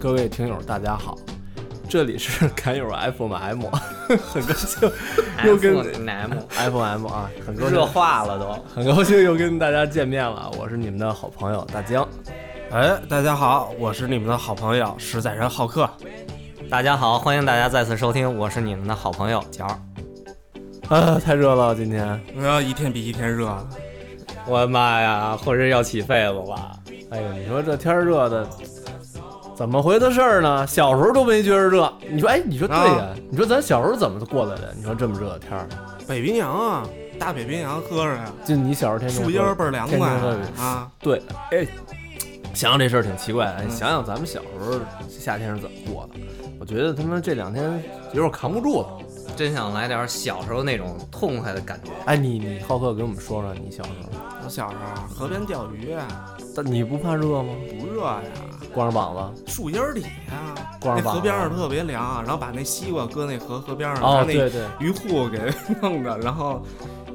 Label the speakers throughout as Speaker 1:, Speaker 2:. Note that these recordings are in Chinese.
Speaker 1: 各位听友，大家好，这里是 侃友 FM，很 高兴又跟
Speaker 2: M
Speaker 1: FM 啊，很高
Speaker 2: 热
Speaker 1: 兴，
Speaker 2: 化了都，
Speaker 1: 很高兴又跟大家见面了。我是你们的好朋友大江，
Speaker 3: 哎，大家好，我是你们的好朋友实在人浩克。
Speaker 2: 大家好，欢迎大家再次收听，我是你们的好朋友角儿。
Speaker 1: 啊，太热了今天，
Speaker 3: 啊，一天比一天热啊了。
Speaker 2: 我的妈呀，浑身要起痱子了。
Speaker 1: 哎呦，你说这天儿热的。怎么回的事儿呢？小时候都没觉着热，你说，哎，你说对呀、
Speaker 3: 啊
Speaker 1: 你说咱小时候怎么过来的？你说这么热的天儿，
Speaker 3: 北冰洋啊，大北冰洋喝着呀，
Speaker 1: 就你小时候天天
Speaker 3: 树
Speaker 1: 喝
Speaker 3: 荫儿倍儿凉
Speaker 1: 天
Speaker 3: 快
Speaker 1: 天喝
Speaker 3: 啊。
Speaker 1: 对，哎，想想这事儿挺奇怪
Speaker 3: 嗯
Speaker 1: 的。哎想想咱们小时候夏天是怎么过的？我觉得他妈这两天有点扛不住了。
Speaker 2: 真想来点小时候那种痛快的感觉。
Speaker 1: 哎，你你浩克给我们说说你小时候，
Speaker 3: 我小时候河边钓鱼啊，
Speaker 1: 但你不怕热吗？
Speaker 3: 不热呀，
Speaker 1: 光着膀子，
Speaker 3: 树荫儿底下，
Speaker 1: 光
Speaker 3: 那
Speaker 1: 着膀子
Speaker 3: 河边上特别凉，然后把那西瓜搁那河河边上，
Speaker 1: 哦，
Speaker 3: 拿
Speaker 1: 对
Speaker 3: 那
Speaker 1: 对，
Speaker 3: 鱼护给弄着，然后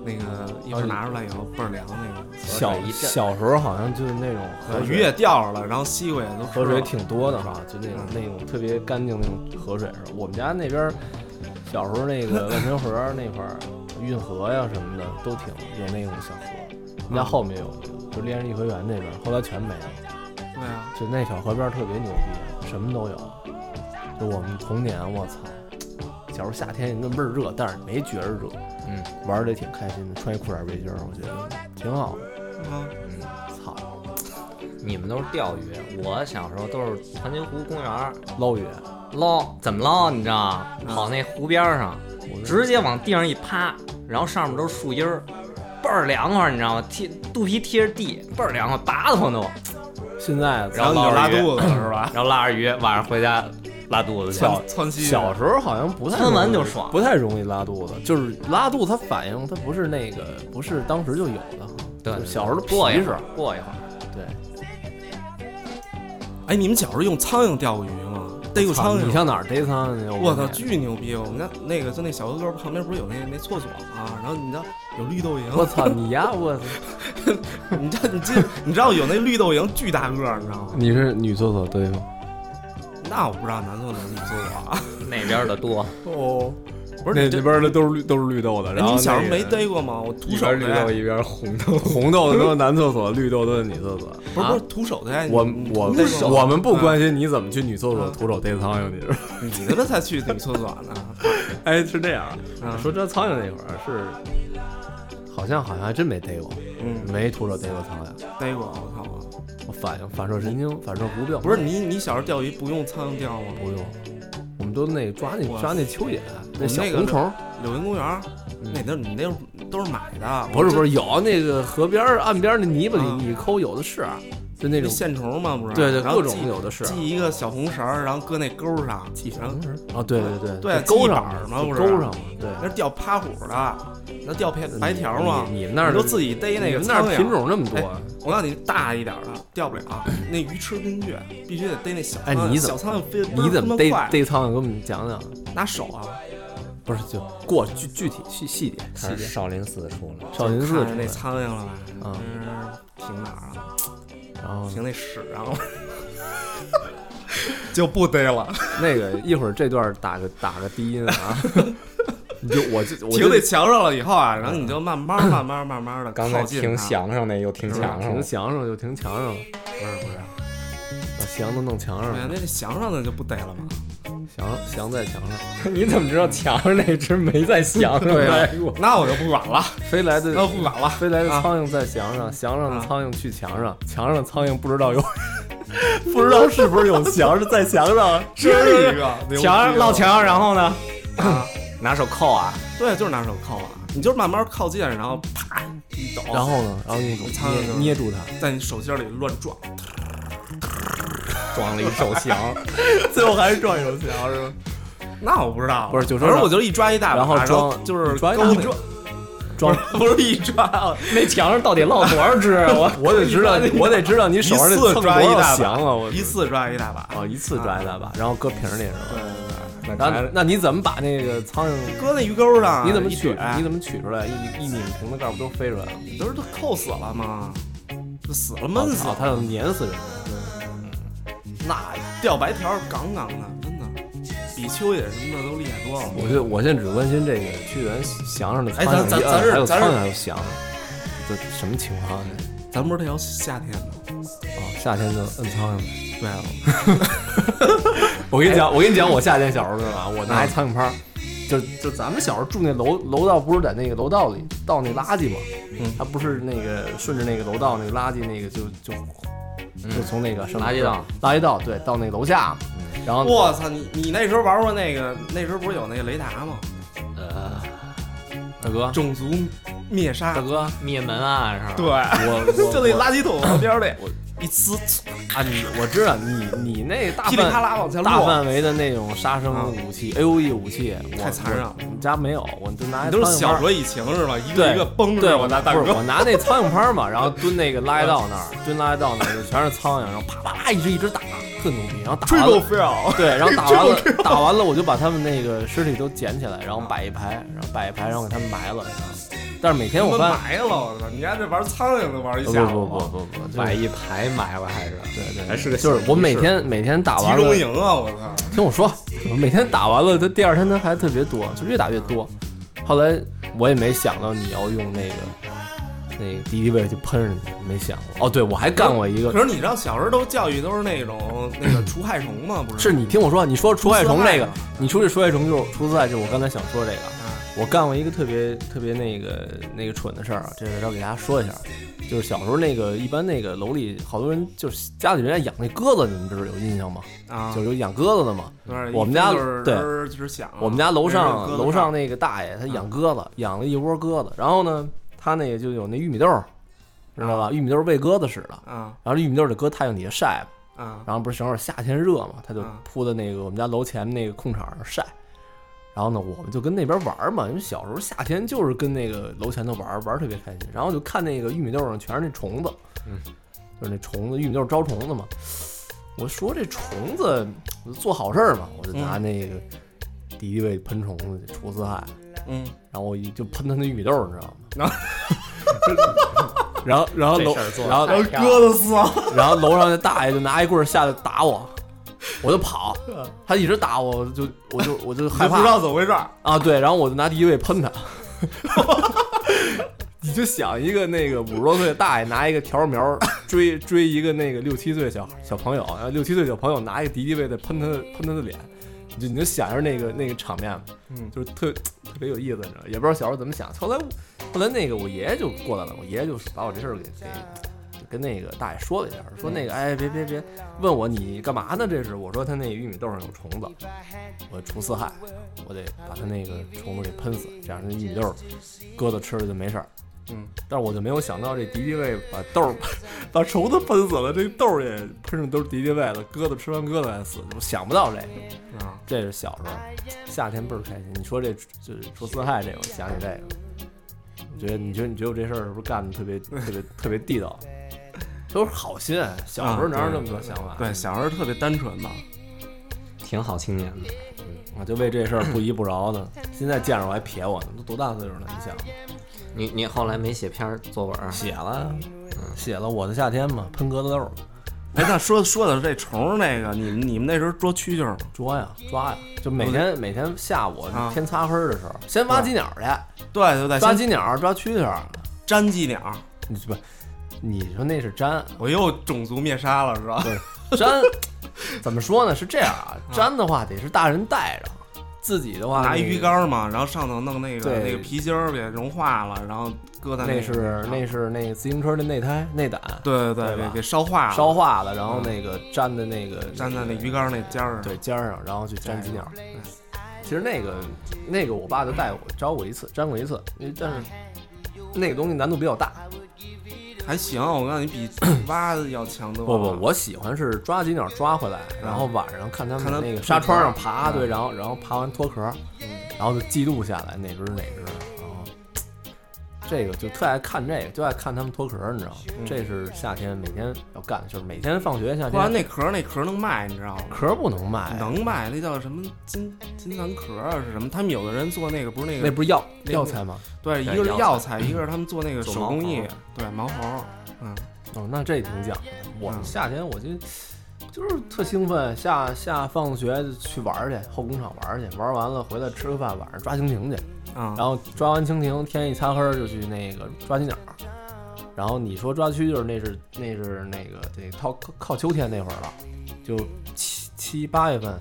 Speaker 3: 那个一会儿拿出来以后倍儿凉那
Speaker 1: 小
Speaker 2: 一阵
Speaker 1: 小时候好像就是那种河
Speaker 3: 个，
Speaker 1: 水
Speaker 3: 鱼也钓着了，然后西瓜也都吃
Speaker 1: 河水
Speaker 3: 了。
Speaker 1: 挺多的哈，就那
Speaker 2: 嗯
Speaker 1: 种那种特别干净那种河水是吧。我们家那边儿小时候那 个万泉河那块儿运河呀什么的都挺有那种小河，我们家后面有一个，就连着颐和园那边，后来全没了。
Speaker 3: 对啊，
Speaker 1: 就那小河边儿特别牛逼，什么都有。就我们童年，我操，小时候夏天那倍儿热，但是没觉着热，
Speaker 2: 嗯，
Speaker 1: 玩的也挺开心的，穿一裤衩背心儿，我觉得挺好的。
Speaker 3: 啊，
Speaker 1: 操，
Speaker 2: 你们都是钓鱼，我小时候都是团结湖公园儿
Speaker 1: 捞鱼，
Speaker 2: 捞，怎么捞？你知道
Speaker 3: 啊
Speaker 2: 吗？跑那湖边儿上，
Speaker 1: 我
Speaker 2: 直接往地上一趴，然后上面都是树荫儿，倍儿凉快，你知道吗？贴肚皮贴着地，倍儿凉快，拔得慌都。
Speaker 1: 现在
Speaker 2: 然后
Speaker 3: 你就拉
Speaker 2: 捞着鱼
Speaker 3: 肚子了 是吧？
Speaker 2: 然后拉着鱼，晚上回家拉肚子去。
Speaker 1: 小
Speaker 3: 窜西瓜
Speaker 1: 小时候好像不太
Speaker 2: 喷完
Speaker 1: 容易
Speaker 2: 就爽
Speaker 1: 不太容易拉肚子，就是拉肚子它反应它不是那个不是当时就有的哈，
Speaker 2: 对，
Speaker 1: 就小时候的皮
Speaker 2: 过一会
Speaker 1: 实
Speaker 2: 儿，，过一会儿，
Speaker 1: 对，
Speaker 3: 哎，你们小时候用苍蝇钓鱼吗？逮过苍
Speaker 1: 你
Speaker 3: 蝇？
Speaker 1: 上哪儿逮苍蝇去？啊
Speaker 3: 我操，
Speaker 1: 问你
Speaker 3: 巨牛逼！我们家那个就那小河沟旁边不是有那那厕所吗？然后你知道有绿豆
Speaker 1: 我
Speaker 3: 蝇，
Speaker 1: 操你呀！我操，
Speaker 3: 你知道你记得你知道有那绿豆蝇巨大个儿，你知道吗？
Speaker 1: 你是女厕所对吗？
Speaker 3: 那我不知道男厕所女厕所啊。
Speaker 2: 那边的多。
Speaker 3: 哦，不是
Speaker 1: 那
Speaker 3: 你
Speaker 1: 那
Speaker 3: 这，
Speaker 1: 边的都是绿都是绿豆的，
Speaker 3: 哎
Speaker 1: 然
Speaker 3: 你
Speaker 1: 后
Speaker 3: 们小时
Speaker 1: 那
Speaker 3: 候
Speaker 1: 个
Speaker 3: 没逮过吗？我徒
Speaker 1: 一
Speaker 3: 手
Speaker 1: 边
Speaker 3: 的
Speaker 1: 绿豆
Speaker 3: 呀，
Speaker 1: 一边红豆，红豆的都是男厕所，绿豆都是女厕所。
Speaker 3: 不是不是徒手的呀。你
Speaker 1: 啊我
Speaker 3: 哎你
Speaker 1: 我
Speaker 3: 徒手
Speaker 1: 我们不关心你怎么去女厕所
Speaker 3: 啊
Speaker 1: 徒手逮苍蝇，你知道吗？
Speaker 3: 嗯你他妈才去女厕所呢。
Speaker 1: 哎，是这样。
Speaker 3: 啊
Speaker 1: 说抓苍蝇那会儿是，好像好像还真没逮过，
Speaker 3: 嗯，
Speaker 1: 没徒手逮过苍蝇。
Speaker 3: 逮过，我操！
Speaker 1: 我反应反射神经反射不病，
Speaker 3: 不是你你小时候钓鱼不用苍蝇钓吗？
Speaker 1: 不用，我们都那抓那
Speaker 3: 我
Speaker 1: 抓那蚯蚓，
Speaker 3: 我
Speaker 1: 小
Speaker 3: 那个
Speaker 1: 红虫。
Speaker 3: 柳营公园儿
Speaker 1: 嗯
Speaker 3: 那都你那都是买的，
Speaker 1: 不是不
Speaker 3: 是
Speaker 1: 是，有那个河边儿岸边儿那泥巴里
Speaker 3: 啊
Speaker 1: 你抠有的是，啊就那
Speaker 3: 那
Speaker 1: 种
Speaker 3: 线虫嘛，不是？
Speaker 1: 对对
Speaker 3: 然后
Speaker 1: 各种
Speaker 3: 系
Speaker 1: 有的是。
Speaker 3: 系一个小红绳儿，然后搁那钩儿上，系上。
Speaker 1: 啊，对对对，
Speaker 3: 对
Speaker 1: 就勾
Speaker 3: 系
Speaker 1: 上
Speaker 3: 板儿
Speaker 1: 了
Speaker 3: 嘛
Speaker 1: 就
Speaker 3: 不是啊
Speaker 1: 勾上了，对。
Speaker 3: 那是钓趴虎的，那钓白白条嘛。
Speaker 1: 嗯你你们那儿
Speaker 3: 你都自己逮那
Speaker 1: 你
Speaker 3: 个
Speaker 1: 们那儿
Speaker 3: 苍蝇
Speaker 1: 品。种那么多
Speaker 3: 哎
Speaker 1: 啊，
Speaker 3: 我告诉你，大一点儿的钓不了，那鱼吃根血，必须得逮那小苍蝇。
Speaker 1: 哎你怎么
Speaker 3: 啊小苍蝇飞得
Speaker 1: 你怎么
Speaker 3: 倍
Speaker 1: 逮
Speaker 3: 儿他妈快？
Speaker 1: 逮苍蝇？给我们讲讲。
Speaker 3: 拿手啊，
Speaker 1: 不是，就过具具体细细点细点。
Speaker 2: 少林寺出来，
Speaker 1: 少林寺
Speaker 3: 看着那苍蝇了吧？
Speaker 1: 啊
Speaker 3: 就是停哪儿啊？
Speaker 1: 然后
Speaker 3: 停那屎 上了，就不逮了。
Speaker 1: 那个一会儿这段打个打个低音啊，你就我就我
Speaker 3: 停
Speaker 1: 就
Speaker 3: 在墙上了以后啊，然后你就慢慢、慢慢、慢慢的
Speaker 2: 刚才听墙上那又听墙上
Speaker 1: 停
Speaker 2: 了，
Speaker 1: 墙上就停墙上了，
Speaker 3: 不是不是，
Speaker 1: 把翔都弄墙上
Speaker 3: 哎呀，
Speaker 1: 了，
Speaker 3: 那是墙上的就不逮了嘛。
Speaker 1: 翔翔在墙上，
Speaker 2: 你怎么知道墙上那只没在墙上待过？
Speaker 3: 那我就不管了，
Speaker 1: 啊飞来的
Speaker 3: 那不 管了。
Speaker 1: 飞来的苍蝇在墙上，墙上的
Speaker 3: 啊
Speaker 1: 苍蝇去墙上，墙上的苍蝇不知道有，不知道是不是有翔是在墙 上，
Speaker 3: 这 一个牛逼
Speaker 2: 墙
Speaker 1: 啊
Speaker 2: 上落墙，然后呢？
Speaker 3: 啊，
Speaker 2: 拿手扣啊！
Speaker 3: 对，就是拿手铐啊，你就慢慢靠近，然后啪一抖，
Speaker 1: 然后呢，然后你
Speaker 3: 苍蝇
Speaker 1: 捏
Speaker 3: 就是
Speaker 1: 捏住它，
Speaker 3: 在你手心里乱撞，
Speaker 2: 装了一手墙，
Speaker 1: 最后还是撞有翔是吗？
Speaker 3: 那我不知道，啊
Speaker 1: 不是就说
Speaker 3: 反正我就一抓一大把，
Speaker 1: 然
Speaker 3: 然
Speaker 1: 后装
Speaker 3: 就是
Speaker 1: 抓一
Speaker 3: 勾
Speaker 1: 大把
Speaker 3: 抓，
Speaker 1: 装，
Speaker 3: 不是一抓，
Speaker 2: 那墙上到底落多少只啊？我
Speaker 1: 我得知道，我得知道你
Speaker 3: 一
Speaker 1: 手上那
Speaker 3: 次
Speaker 1: 蹭多
Speaker 3: 抓一
Speaker 1: 少
Speaker 3: 大
Speaker 1: 翔啊！
Speaker 3: 把，
Speaker 1: 我
Speaker 3: 一次抓一大把，
Speaker 1: 哦，一次抓一大把，然后搁瓶儿里是吧？
Speaker 3: 对对对，
Speaker 2: 那
Speaker 1: 然
Speaker 2: 咱
Speaker 1: 后那你怎么把那个苍蝇？
Speaker 3: 搁那鱼钩上啊，
Speaker 1: 你怎么
Speaker 3: 一
Speaker 1: 取？
Speaker 3: 怼
Speaker 1: 你怎么取出来？一一拧瓶子盖不都飞出来了？
Speaker 3: 你都是都扣死了吗？就死了，
Speaker 1: 我
Speaker 3: 闷死
Speaker 1: 操，
Speaker 3: 了。
Speaker 1: 它要碾死人！那
Speaker 3: 钓白条杠杠的，真的比蚯蚓什么的都厉害多了。
Speaker 1: 我就我现在只关心这个屈原翔上的
Speaker 3: 哎
Speaker 1: 苍
Speaker 3: 咱
Speaker 1: 蝇，
Speaker 3: 咱咱是
Speaker 1: 还有
Speaker 3: 咱
Speaker 1: 苍
Speaker 3: 是
Speaker 1: 蝇还有翔，这什么情况啊呢？
Speaker 3: 咱不是聊夏天吗？
Speaker 1: 哦，夏天就摁苍蝇呗。
Speaker 3: 对啊，哎
Speaker 1: 我跟你讲，我跟你讲，我夏天小时候是吧，我拿一苍蝇拍儿，
Speaker 3: 嗯
Speaker 1: 就就咱们小时候住那楼楼道，不是在那个楼道里倒那垃圾吗？
Speaker 3: 嗯
Speaker 1: 它不是那个顺着那个楼道那个垃圾那个就就
Speaker 3: 嗯
Speaker 1: 就从那个什么
Speaker 2: 垃圾道
Speaker 1: 垃圾道对到那楼下，
Speaker 3: 嗯
Speaker 1: 然后
Speaker 3: 我操你你那时候玩过那个？那时候不是有那个雷达吗？
Speaker 1: 呃
Speaker 2: 大哥，
Speaker 3: 种族灭杀
Speaker 1: 大，哥，
Speaker 2: 灭门啊，是吧？
Speaker 3: 对，
Speaker 1: 我
Speaker 3: 就那
Speaker 1: 我
Speaker 3: 垃圾桶旁边的，一呲，
Speaker 1: 啊，你我知道你你那大
Speaker 3: 噼里啪
Speaker 1: 范
Speaker 3: 啦往下
Speaker 1: 大
Speaker 3: 落，啊
Speaker 1: 范围的那种杀生武器 A O E 武器，我
Speaker 3: 太残忍了。
Speaker 1: 我们家没有，我就拿
Speaker 3: 你
Speaker 1: 一
Speaker 3: 都
Speaker 1: 苍蝇
Speaker 3: 是小
Speaker 1: 拍儿
Speaker 3: 酌怡情是吧？一个
Speaker 1: 对
Speaker 3: 一个崩
Speaker 1: 对，
Speaker 3: 着
Speaker 1: 我
Speaker 3: 拿大
Speaker 1: 不是
Speaker 3: 哥
Speaker 1: 我拿那苍蝇拍儿嘛，然后蹲那个 垃圾道那儿，蹲垃圾道那儿就全是苍蝇，然后啪啪啪一直一直打，特牛逼。然后打完了，
Speaker 3: feel，
Speaker 1: 对，然后打完了，打完了我就把他们那个尸体都捡起来，然后摆一排，然后摆一排，然后给他们埋了。你知道吗但是每天
Speaker 3: 他
Speaker 1: 我
Speaker 3: 妈
Speaker 1: 发现，
Speaker 3: 埋了，我操！你家这玩苍蝇都玩一
Speaker 1: 不
Speaker 3: 下
Speaker 1: 不
Speaker 3: 午，
Speaker 1: 不不不，
Speaker 2: 买
Speaker 1: 就是
Speaker 2: 一排埋了还是？
Speaker 1: 对对，对
Speaker 2: 还是个
Speaker 1: 就是我
Speaker 2: 仪
Speaker 1: 每
Speaker 2: 式
Speaker 1: 天每天打
Speaker 3: 集
Speaker 1: 完
Speaker 3: 中
Speaker 1: 了，
Speaker 3: 营啊！我操！
Speaker 1: 听我说，我每天打完了，他第二天他还特别多，就越打越多。后来我也没想到你要用那个那个敌敌畏去喷人家，没想过。哦，对，我还干过一个
Speaker 3: 可，是你知道小时候都教育都是那种那个除害虫吗？不
Speaker 1: 是你听我说，你说除害虫那个
Speaker 3: 除四害，
Speaker 1: 你说这除害虫就是除四害，就是我刚才想说这个。
Speaker 3: 嗯
Speaker 1: 我干过一个特别特别那个那个蠢的事儿啊，这个要给大家说一下，就是小时候那个一般那个楼里好多人就是家里人家养那鸽子，你们知道有印象吗？
Speaker 3: 啊，
Speaker 1: 就是有养鸽子的嘛。
Speaker 3: 就是
Speaker 1: 我们家
Speaker 3: 一听就是
Speaker 1: 对
Speaker 3: 就是就是响啊，
Speaker 1: 我们家楼
Speaker 3: 那嗯
Speaker 1: 上
Speaker 3: 是鸽子
Speaker 1: 楼上那个大爷他养鸽子，养了一窝鸽子，然后呢，他那个就有那玉米豆儿，知道吧？玉米豆儿喂鸽子使的，
Speaker 3: 啊
Speaker 1: 然后这玉米豆儿就搁太阳底下晒吧，
Speaker 3: 啊，
Speaker 1: 然后不是正好夏天热嘛，他就
Speaker 3: 啊
Speaker 1: 铺在那个我们家楼前那个空场上晒。然后呢，我们就跟那边玩儿嘛，因为小时候夏天就是跟那个楼前头玩儿，玩儿特别开心。然后就看那个玉米豆儿上全是那虫子，
Speaker 2: 嗯，
Speaker 1: 就是那虫子，玉米豆儿招虫子嘛。我说这虫子我就做好事儿嘛，我就
Speaker 2: 嗯
Speaker 1: 拿那个敌敌畏喷虫子除四害，
Speaker 3: 嗯，
Speaker 1: 然后我一就喷他那玉米豆儿，你知道吗？
Speaker 3: 然后
Speaker 1: 然后然后楼
Speaker 2: 这事儿做得
Speaker 1: 然后
Speaker 2: 太
Speaker 3: 然后鸽子死了，
Speaker 1: 然后楼上那大爷就拿一棍儿下来打我，我就跑，他一直打我，我就我就我就害
Speaker 3: 不知
Speaker 1: 怕
Speaker 3: 道怎么回事儿，
Speaker 1: 啊，对，然后我就拿敌畏喷他。 你就想一个那个五十多岁的大爷拿一个条苗儿追追一个那个六七岁小小朋友，然后六七岁小朋友拿一个敌敌畏在喷他的喷他的脸，你就你就想一下那个那个场面，
Speaker 3: 嗯
Speaker 1: 就是特特别有意思，你知道吗？也不知道小时候怎么想。后来后来那个我爷爷就过来了，我爷爷就把我这事儿给给跟那个大爷说了一下，说那个哎别别别，问我你干嘛呢？这是我说他那个玉米豆上有虫子，我除四害，我得把他那个虫子给喷死，这样那玉米豆鸽子吃了就没事儿。
Speaker 3: 嗯，
Speaker 1: 但是我就没有想到这敌敌畏把豆儿把虫子喷死了，这豆儿也喷上都是敌敌畏了，鸽子吃完鸽子还死，我想不到这个。
Speaker 3: 啊，
Speaker 1: 这是小时候，夏天倍儿开心。你说这就是除四害这个，我想起这个，我觉得你觉得你觉得我这事儿是不是干的特别特别特别地道？ 都是好心，啊小时候哪有那么多想法？
Speaker 3: 啊对，小时候特别单纯嘛，
Speaker 2: 挺好青年的，
Speaker 1: 我啊就为这事儿不依不饶的。现在见着我还撇我呢，都多大岁数了？你想
Speaker 2: 你你后来没写篇儿作文儿？
Speaker 1: 写了，啊嗯写了我的夏天嘛，喷鸽子豆儿，
Speaker 3: 哎，那说说到这虫儿那个，你们你们那时候捉蛐蛐儿吗？
Speaker 1: 捉呀抓呀，就每天每天下午
Speaker 3: 嗯啊
Speaker 1: 天擦黑儿的时候，先挖鸡鸟去，
Speaker 3: 对对对，
Speaker 1: 抓
Speaker 3: 先
Speaker 1: 鸡鸟，抓蛐蛐儿。
Speaker 3: 粘鸡鸟，
Speaker 1: 你不，你说那是粘，
Speaker 3: 我又种族灭杀了是吧？
Speaker 1: 粘怎么说呢？是这样啊，粘的话得是大人带着，自己的话
Speaker 3: 拿
Speaker 1: 那个
Speaker 3: 鱼竿儿嘛，然后上头弄那个
Speaker 1: 对
Speaker 3: 那个皮筋儿给融化了，然后搁在啊
Speaker 1: 那
Speaker 3: 个
Speaker 1: 是那是那自行车的内胎内胆
Speaker 3: 对对对，
Speaker 1: 对吧
Speaker 3: 给给烧化了，
Speaker 1: 烧化了，然后那个粘的那个
Speaker 3: 粘在那鱼竿儿那尖儿上。
Speaker 1: 对尖儿上，然后去粘鸡鸟
Speaker 3: 对。
Speaker 1: 其实那个那个我爸就带我招过一次，粘过一次，因为但是那个东西难度比较大。
Speaker 3: 还行，我告诉你比 挖的要强多
Speaker 1: 不
Speaker 3: 了。
Speaker 1: 不，我喜欢是抓鸡鸟抓回来，然后晚上看它
Speaker 3: 看它
Speaker 1: 们那个
Speaker 3: 吐
Speaker 1: 纱窗上
Speaker 3: 壳
Speaker 1: 爬，
Speaker 3: 嗯
Speaker 1: 对，然后然后爬完脱壳，然后就记录下来哪只是哪只，然后这个就特爱看这个，就爱看它们脱壳，你知道吗？这是夏天每天要干的事儿，每天放学夏
Speaker 3: 挖完
Speaker 1: 天
Speaker 3: 那壳儿那壳儿能卖，你知道吗？
Speaker 1: 壳不能卖，
Speaker 3: 能卖，那叫什么金金蚕壳儿啊是什么？他们有的人做那个不是那
Speaker 1: 那
Speaker 3: 个，
Speaker 1: 不是药
Speaker 3: 那
Speaker 1: 药材吗？
Speaker 3: 对，
Speaker 2: 对
Speaker 3: 一个是
Speaker 2: 药
Speaker 3: 药材，一个是他们做那个
Speaker 2: 做
Speaker 3: 手
Speaker 2: 毛
Speaker 3: 工
Speaker 2: 猴
Speaker 3: 艺
Speaker 2: 儿，
Speaker 3: 对毛猴儿，嗯，
Speaker 1: 哦，那这挺讲究的。我们
Speaker 3: 嗯
Speaker 1: 夏天我就就是特兴奋，下下放学就去玩儿去，后工厂玩儿去，玩儿完了回来吃个饭，晚上抓蜻蜓去，
Speaker 3: 啊
Speaker 1: 然，后抓完蜻蜓，天一擦黑儿就去那个抓金鸟儿，然后你说抓蛐蛐儿，那是那是那个得靠靠靠秋天那会儿了，就七七八月份，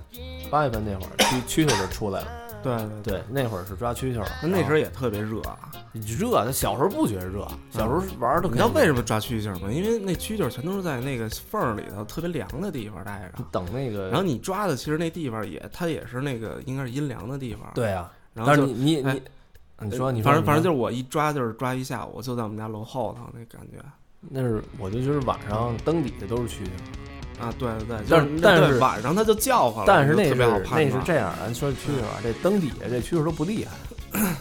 Speaker 1: 八月份那会儿蛐蛐蛐就出来了，
Speaker 3: 对对对，
Speaker 1: 对，那会儿是抓蛐蛐儿，
Speaker 3: 那那时候也特别热啊。
Speaker 1: 热，他小时候不觉得热，小时候玩儿都
Speaker 3: 嗯你知道为什么抓蛐蛐儿吗？因为那蛐蛐儿全都是在那个缝儿里头特别凉的地方待着，
Speaker 1: 等那个，
Speaker 3: 然后你抓的其实那地方也它也是那个应该是阴凉的地方。，
Speaker 1: 对啊，
Speaker 3: 然后
Speaker 1: 但是
Speaker 3: 就
Speaker 1: 你你
Speaker 3: 哎
Speaker 1: 你，你说你说，
Speaker 3: 反正反正
Speaker 1: 就
Speaker 3: 就是我一抓就是抓一下午，就在我们家楼后头那感觉。
Speaker 1: 那是我就觉得晚上灯底下都是蛐蛐，
Speaker 3: 啊，对对对，
Speaker 1: 但
Speaker 3: 就是
Speaker 1: 但是
Speaker 3: 对晚上它就叫唤了，
Speaker 1: 但是
Speaker 3: 就
Speaker 1: 那
Speaker 3: 特
Speaker 1: 是
Speaker 3: 别好判
Speaker 1: 那是
Speaker 3: 断
Speaker 1: 这样啊，说蛐蛐啊，这灯底下这蛐蛐都不厉害。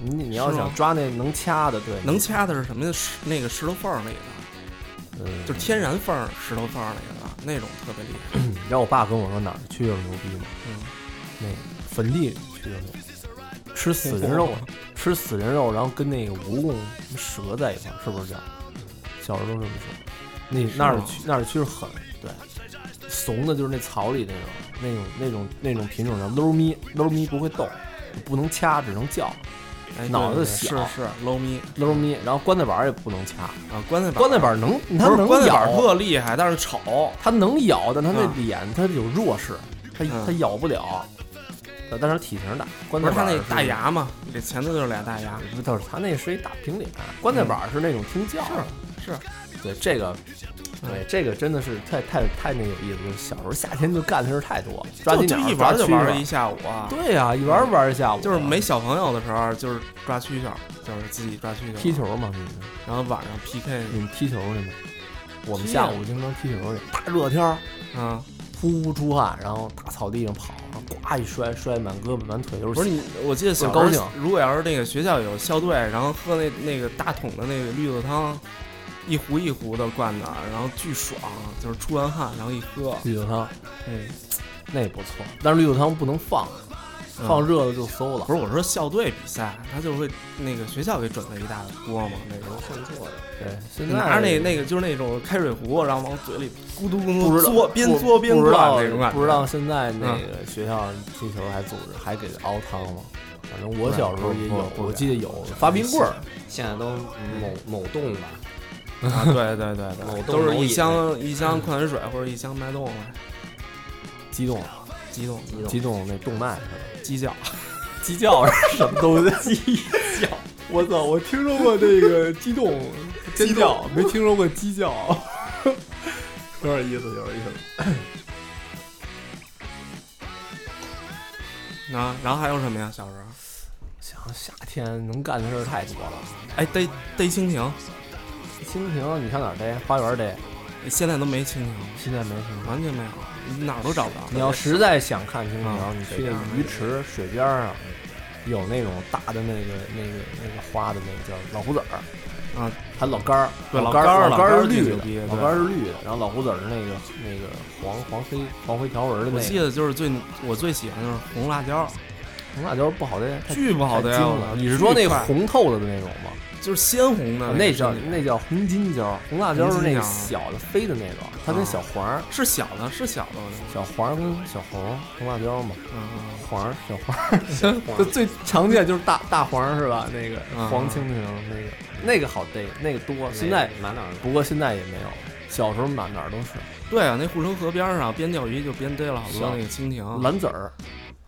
Speaker 1: 你你要
Speaker 3: 是吗
Speaker 1: 想抓那能掐的，对，
Speaker 3: 能掐的是什么呀？石那个石头缝儿里的，
Speaker 1: 嗯，
Speaker 3: 就是天然缝儿石头缝儿里的那种特别厉害。
Speaker 1: 你知道我爸跟我说哪儿的蛐蛐牛逼吗？
Speaker 3: 嗯，
Speaker 1: 那坟地蛐蛐牛逼，吃死人肉，吃死人肉，然后跟那个蜈蚣、蛇在一块儿，是不是这样？小时候都这么说。那
Speaker 3: 是
Speaker 1: 那儿的
Speaker 3: 吗
Speaker 1: 蛐那儿的蛐蛐狠，对，怂的就是那草里那种那种那种那种品种叫搂咪，搂咪不会动，不能掐，只能叫
Speaker 3: 哎
Speaker 1: 脑子
Speaker 3: 对对
Speaker 1: 小
Speaker 3: 是是 low 咪
Speaker 1: 搂咪，然后棺材板儿也不能掐。
Speaker 3: 啊，棺材板
Speaker 1: 棺材板能，它
Speaker 3: 不是
Speaker 1: 能
Speaker 3: 棺材板
Speaker 1: 咬，
Speaker 3: 特厉害，但是丑。
Speaker 1: 它能咬，但它那
Speaker 3: 啊
Speaker 1: 脸它有弱势，它
Speaker 3: 嗯
Speaker 1: 它咬不了。呃但是它体型大，棺
Speaker 3: 不
Speaker 1: 材
Speaker 3: 是它
Speaker 1: 板
Speaker 3: 那
Speaker 1: 是
Speaker 3: 大，牙嘛，这前头就是俩大牙。
Speaker 1: 不倒是它那是一大平脸，棺材板是那种听叫的。
Speaker 3: 是嗯是，嗯
Speaker 1: 对这个，对这个真的是太太太那有意思了。小时候夏天就干的事儿太多了，抓
Speaker 3: 就
Speaker 1: 金
Speaker 3: 就
Speaker 1: 鸟，
Speaker 3: 一
Speaker 1: 抓
Speaker 3: 玩
Speaker 1: 蛐
Speaker 3: 就
Speaker 1: 蛐
Speaker 3: 玩儿
Speaker 1: 儿
Speaker 3: 一。下午啊，
Speaker 1: 对呀，一玩儿玩儿一下午，
Speaker 3: 就是没小朋友的时候，就是抓蛐蛐儿，就是自己抓蛐蛐儿
Speaker 1: 踢，球嘛，你们
Speaker 3: 然后晚上 PK
Speaker 1: 你们踢球去吗？我们
Speaker 3: 踢
Speaker 1: 下
Speaker 3: 呀
Speaker 1: 午经常踢球去，大热天儿，
Speaker 3: 啊。
Speaker 1: 呼呼出汗，然后大草地上跑，呱一摔，摔满胳膊满腿都是。
Speaker 3: 不是你，我记得小
Speaker 1: 高
Speaker 3: 时
Speaker 1: 兴
Speaker 3: 候，如果要是那个学校有校队，然后喝那那个大桶的那个绿豆汤，一壶一壶的灌的，然后巨爽，就是出完汗然后一喝，
Speaker 1: 绿豆汤，
Speaker 3: 嗯，
Speaker 1: 那也不错，但是绿豆汤不能放，放热了就馊了。
Speaker 3: 嗯不是我说校队比赛，他就会那个学校给准备一大锅嘛，那种
Speaker 1: 看错了，对，现在
Speaker 3: 拿着那那个就是那种开水壶，然后往嘴里咕嘟咕
Speaker 1: 不
Speaker 3: 嘟
Speaker 1: 知道
Speaker 3: 嘬，边嘬边
Speaker 1: 不知道
Speaker 3: 灌那种感觉，
Speaker 1: 不知道现在那个学校踢球还组织还给熬汤吗？反正我小时候也
Speaker 3: 不
Speaker 1: 有
Speaker 3: 不，不
Speaker 1: 我记得有发冰棍儿，
Speaker 2: 现在都某某洞吧，
Speaker 3: 啊，对对对对，
Speaker 2: 某
Speaker 3: 都
Speaker 2: 洞
Speaker 3: 是
Speaker 2: 某
Speaker 3: 一
Speaker 2: 饮
Speaker 3: 箱一箱矿泉水或者一箱脉动了，
Speaker 1: 激动
Speaker 3: 激动
Speaker 2: 激动
Speaker 1: 激动那动脉是吧？
Speaker 3: 鸡叫，
Speaker 1: 鸡叫是什么东西？鸡
Speaker 2: 叫，
Speaker 1: 我操！我听说过那个激动尖叫，没听说过鸡叫，有点意思，有点意思。
Speaker 3: 啊，然后还有什么呀？小时候。
Speaker 1: 想夏天能干的事儿太多了，
Speaker 3: 哎，逮逮蜻蜓，
Speaker 1: 蜻蜓你上哪儿逮？花园儿逮？
Speaker 3: 现在都没蜻蜓，
Speaker 1: 现在没蜻蜓。
Speaker 3: 完全没有，哪儿都找不着。
Speaker 1: 你要实在想看蜻
Speaker 3: 啊
Speaker 1: 蜓，你去那鱼池、水边儿上，有那种大的那个、那个、那个花的那个叫老虎子儿，
Speaker 3: 啊，
Speaker 1: 还有老杆儿，
Speaker 3: 对
Speaker 1: 老
Speaker 3: 老
Speaker 1: 杆
Speaker 3: 杆
Speaker 1: 儿，
Speaker 3: 儿
Speaker 1: 老
Speaker 3: 老
Speaker 1: 杆
Speaker 3: 杆
Speaker 1: 儿
Speaker 3: 儿
Speaker 1: 是
Speaker 3: 最
Speaker 1: 绿
Speaker 3: 牛
Speaker 1: 的
Speaker 3: 逼，
Speaker 1: 老
Speaker 3: 对
Speaker 1: 杆儿是绿的，然后老虎子儿是那个那个黄黄黑黄灰条纹的
Speaker 3: 我
Speaker 1: 那
Speaker 3: 记
Speaker 1: 个，
Speaker 3: 得就是最我最喜欢就是红辣椒，
Speaker 1: 红辣椒不好逮，太
Speaker 3: 巨不好
Speaker 1: 太
Speaker 3: 逮
Speaker 1: 精
Speaker 3: 我
Speaker 1: 了。
Speaker 3: 操
Speaker 1: 你是说那
Speaker 3: 巨
Speaker 1: 个
Speaker 3: 快
Speaker 1: 红透了的那种吗？
Speaker 3: 就是鲜红的，
Speaker 1: 那
Speaker 3: 叫
Speaker 1: 叫那叫红金椒，红辣椒是那个
Speaker 3: 红金椒啊
Speaker 1: 小的飞的那种，它跟小黄儿、
Speaker 3: 是小的，是小的，我觉
Speaker 1: 小黄儿跟小红红辣椒嘛，
Speaker 3: 得嗯
Speaker 1: 黄儿小黄儿，就 最常见就是大大黄儿是吧？那个
Speaker 3: 嗯
Speaker 1: 黄蜻蜓那个那个好逮，那个多。现
Speaker 2: 那
Speaker 1: 在
Speaker 2: 满哪儿
Speaker 1: 不过现在也没有，小时候哪哪儿都是
Speaker 3: 对啊，那护城河边儿上边钓鱼就边逮了好多
Speaker 1: 小
Speaker 3: 那个蜻蜓，
Speaker 1: 蓝籽儿，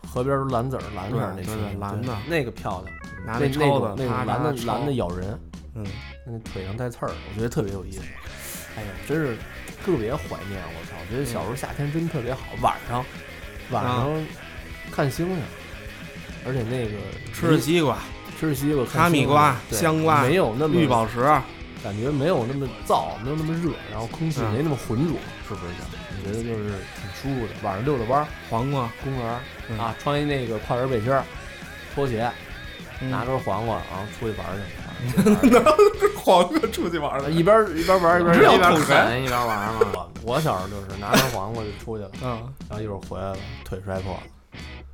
Speaker 1: 河边儿都蓝籽儿，蓝色儿那
Speaker 3: 嗯对
Speaker 1: 蜻
Speaker 3: 对
Speaker 1: 蜓，
Speaker 3: 蓝
Speaker 1: 对
Speaker 3: 的
Speaker 1: 那个漂亮，
Speaker 3: 拿
Speaker 1: 那
Speaker 3: 那
Speaker 1: 那
Speaker 3: 抄
Speaker 1: 种
Speaker 3: 的，
Speaker 1: 那种
Speaker 3: 啪
Speaker 1: 蓝的
Speaker 3: 啪
Speaker 1: 蓝的
Speaker 3: 抄，
Speaker 1: 咬人，
Speaker 3: 嗯，
Speaker 1: 那腿上带刺儿，我觉得特别有意思。哎呀，真是特别怀念我操！我觉得小
Speaker 3: 嗯
Speaker 1: 时候夏天真特别好，晚上晚上看星星，而且那个
Speaker 3: 吃着西瓜、
Speaker 1: 吃着西瓜、看
Speaker 3: 哈密
Speaker 1: 星星
Speaker 3: 瓜
Speaker 1: 对
Speaker 3: 香瓜
Speaker 1: 没有那么
Speaker 3: 绿宝石，
Speaker 1: 感觉没有那么燥，没有那么热，然后空气
Speaker 3: 嗯
Speaker 1: 没那么浑浊，是不是这样？我觉得就是挺舒服的。晚上遛遛弯儿，
Speaker 3: 黄瓜，
Speaker 1: 公园儿、
Speaker 3: 嗯
Speaker 1: 啊，穿一那个跨栏背心儿、拖鞋，
Speaker 3: 嗯
Speaker 1: 拿根黄瓜，然后出去玩 儿去出去玩儿
Speaker 3: 黄瓜出去玩儿
Speaker 1: 去。一边儿一边儿玩儿一边儿
Speaker 3: 这
Speaker 2: 一
Speaker 3: 要
Speaker 2: 边
Speaker 3: 捅谁
Speaker 2: 啃一边玩嘛。
Speaker 1: 我我小时候就是拿根黄瓜就出去了，
Speaker 3: 嗯
Speaker 1: 然后一会儿回来了，腿摔破了，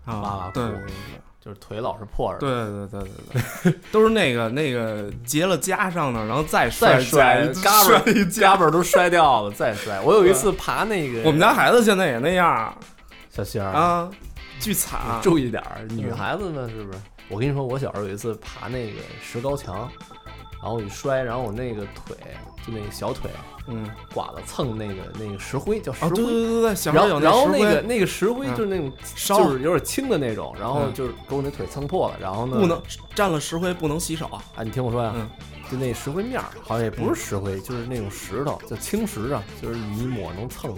Speaker 1: 哇
Speaker 3: 啊
Speaker 1: 哇，
Speaker 3: 对
Speaker 1: 哭，就是腿老是破着。
Speaker 3: 对对对对对，都是那个那个结了痂上的，然后再
Speaker 1: 再
Speaker 3: 摔
Speaker 1: 摔，嘎
Speaker 3: 摔
Speaker 1: 巴
Speaker 3: 一
Speaker 1: 嘎巴都摔掉了，再摔。我有一次爬那个，
Speaker 3: 我们家孩子现在也那样
Speaker 1: 小仙儿，
Speaker 3: 啊，巨惨。啊
Speaker 1: 注意点儿，女
Speaker 3: 嗯
Speaker 1: 孩子们是不是？我跟你说，我小时候有一次爬那个石膏墙，然后我一摔，然后我那个腿就那个小腿
Speaker 3: 嗯，
Speaker 1: 剐了蹭那个那个石灰，叫石
Speaker 3: 啊，对对
Speaker 1: 灰。
Speaker 3: 对对对，小时
Speaker 1: 然
Speaker 3: 候有
Speaker 1: 后，然后
Speaker 3: 石
Speaker 1: 那
Speaker 3: 灰
Speaker 1: 个那个石灰
Speaker 3: 嗯
Speaker 1: 就是那种，
Speaker 3: 烧
Speaker 1: 就是有点轻的那种，然后
Speaker 3: 嗯
Speaker 1: 就是给我那腿蹭破了。然后呢，
Speaker 3: 不能沾了石灰不能洗手啊。
Speaker 1: 啊，你听我说呀、
Speaker 3: 嗯
Speaker 1: 就那石灰面儿，好像也不是石灰，就是那种石头，就青石啊，就是你一抹能蹭，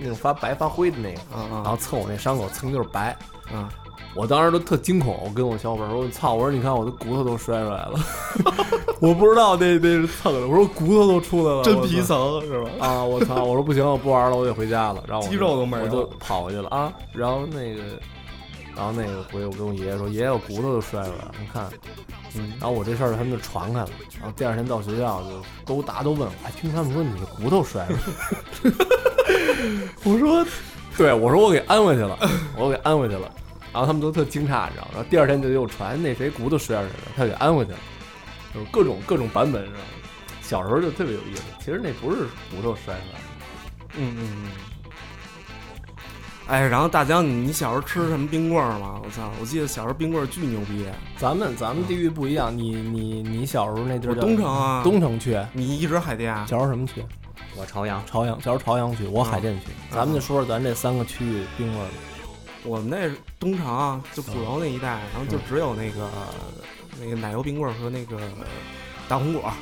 Speaker 1: 那种发白发灰的那个，
Speaker 3: 啊
Speaker 1: 然后蹭我那伤口蹭就是白。
Speaker 3: 啊啊！
Speaker 1: 我当时都特惊恐，我跟我小伙伴说：“我操！我说你看我的骨头都摔出来了， 我不知道那那是蹭的，我说骨头都出来了，
Speaker 3: 真
Speaker 1: 我操
Speaker 3: 皮层是吧？
Speaker 1: 啊！我操！我说不行，我不玩了，我得回家了。然后我
Speaker 3: 肌肉都没有
Speaker 1: 我就跑回去了啊。然后那个，然后那个回去我跟我爷爷说，爷爷我骨头都摔出来了，你看。嗯，然后我这事儿他们就传开了，然后第二天到学校就都大家都问我，还听他们说你的骨头摔了，我说，对我说我给安慰去了，我给安慰去了，然后他们都特惊诧，你知道吗？然后第二天就又传那谁骨头摔出来了，他给安慰去了，就是各种各种版本，你知道吗？小时候就特别有意思。其实那不是骨头摔出来的，
Speaker 3: 嗯嗯嗯。哎，然后大江，你你小时候吃什么冰棍儿吗？我操！我记得小时候冰棍儿巨牛逼，
Speaker 1: 咱们咱们地域不一样。你你你小时候那地儿
Speaker 3: 我
Speaker 1: 叫
Speaker 3: 东城啊，
Speaker 1: 东城区，
Speaker 3: 你一直海淀啊，
Speaker 1: 小时候什么区？
Speaker 2: 我朝阳，
Speaker 1: 朝阳，小时候朝阳区，我海淀区。
Speaker 3: 啊
Speaker 1: 咱们就说说咱这三个区域冰棍儿吧。
Speaker 3: 我们那东城啊，就鼓楼那一带，然后
Speaker 1: 嗯
Speaker 3: 就只有那个、那个奶油冰棍儿和那个大红果儿，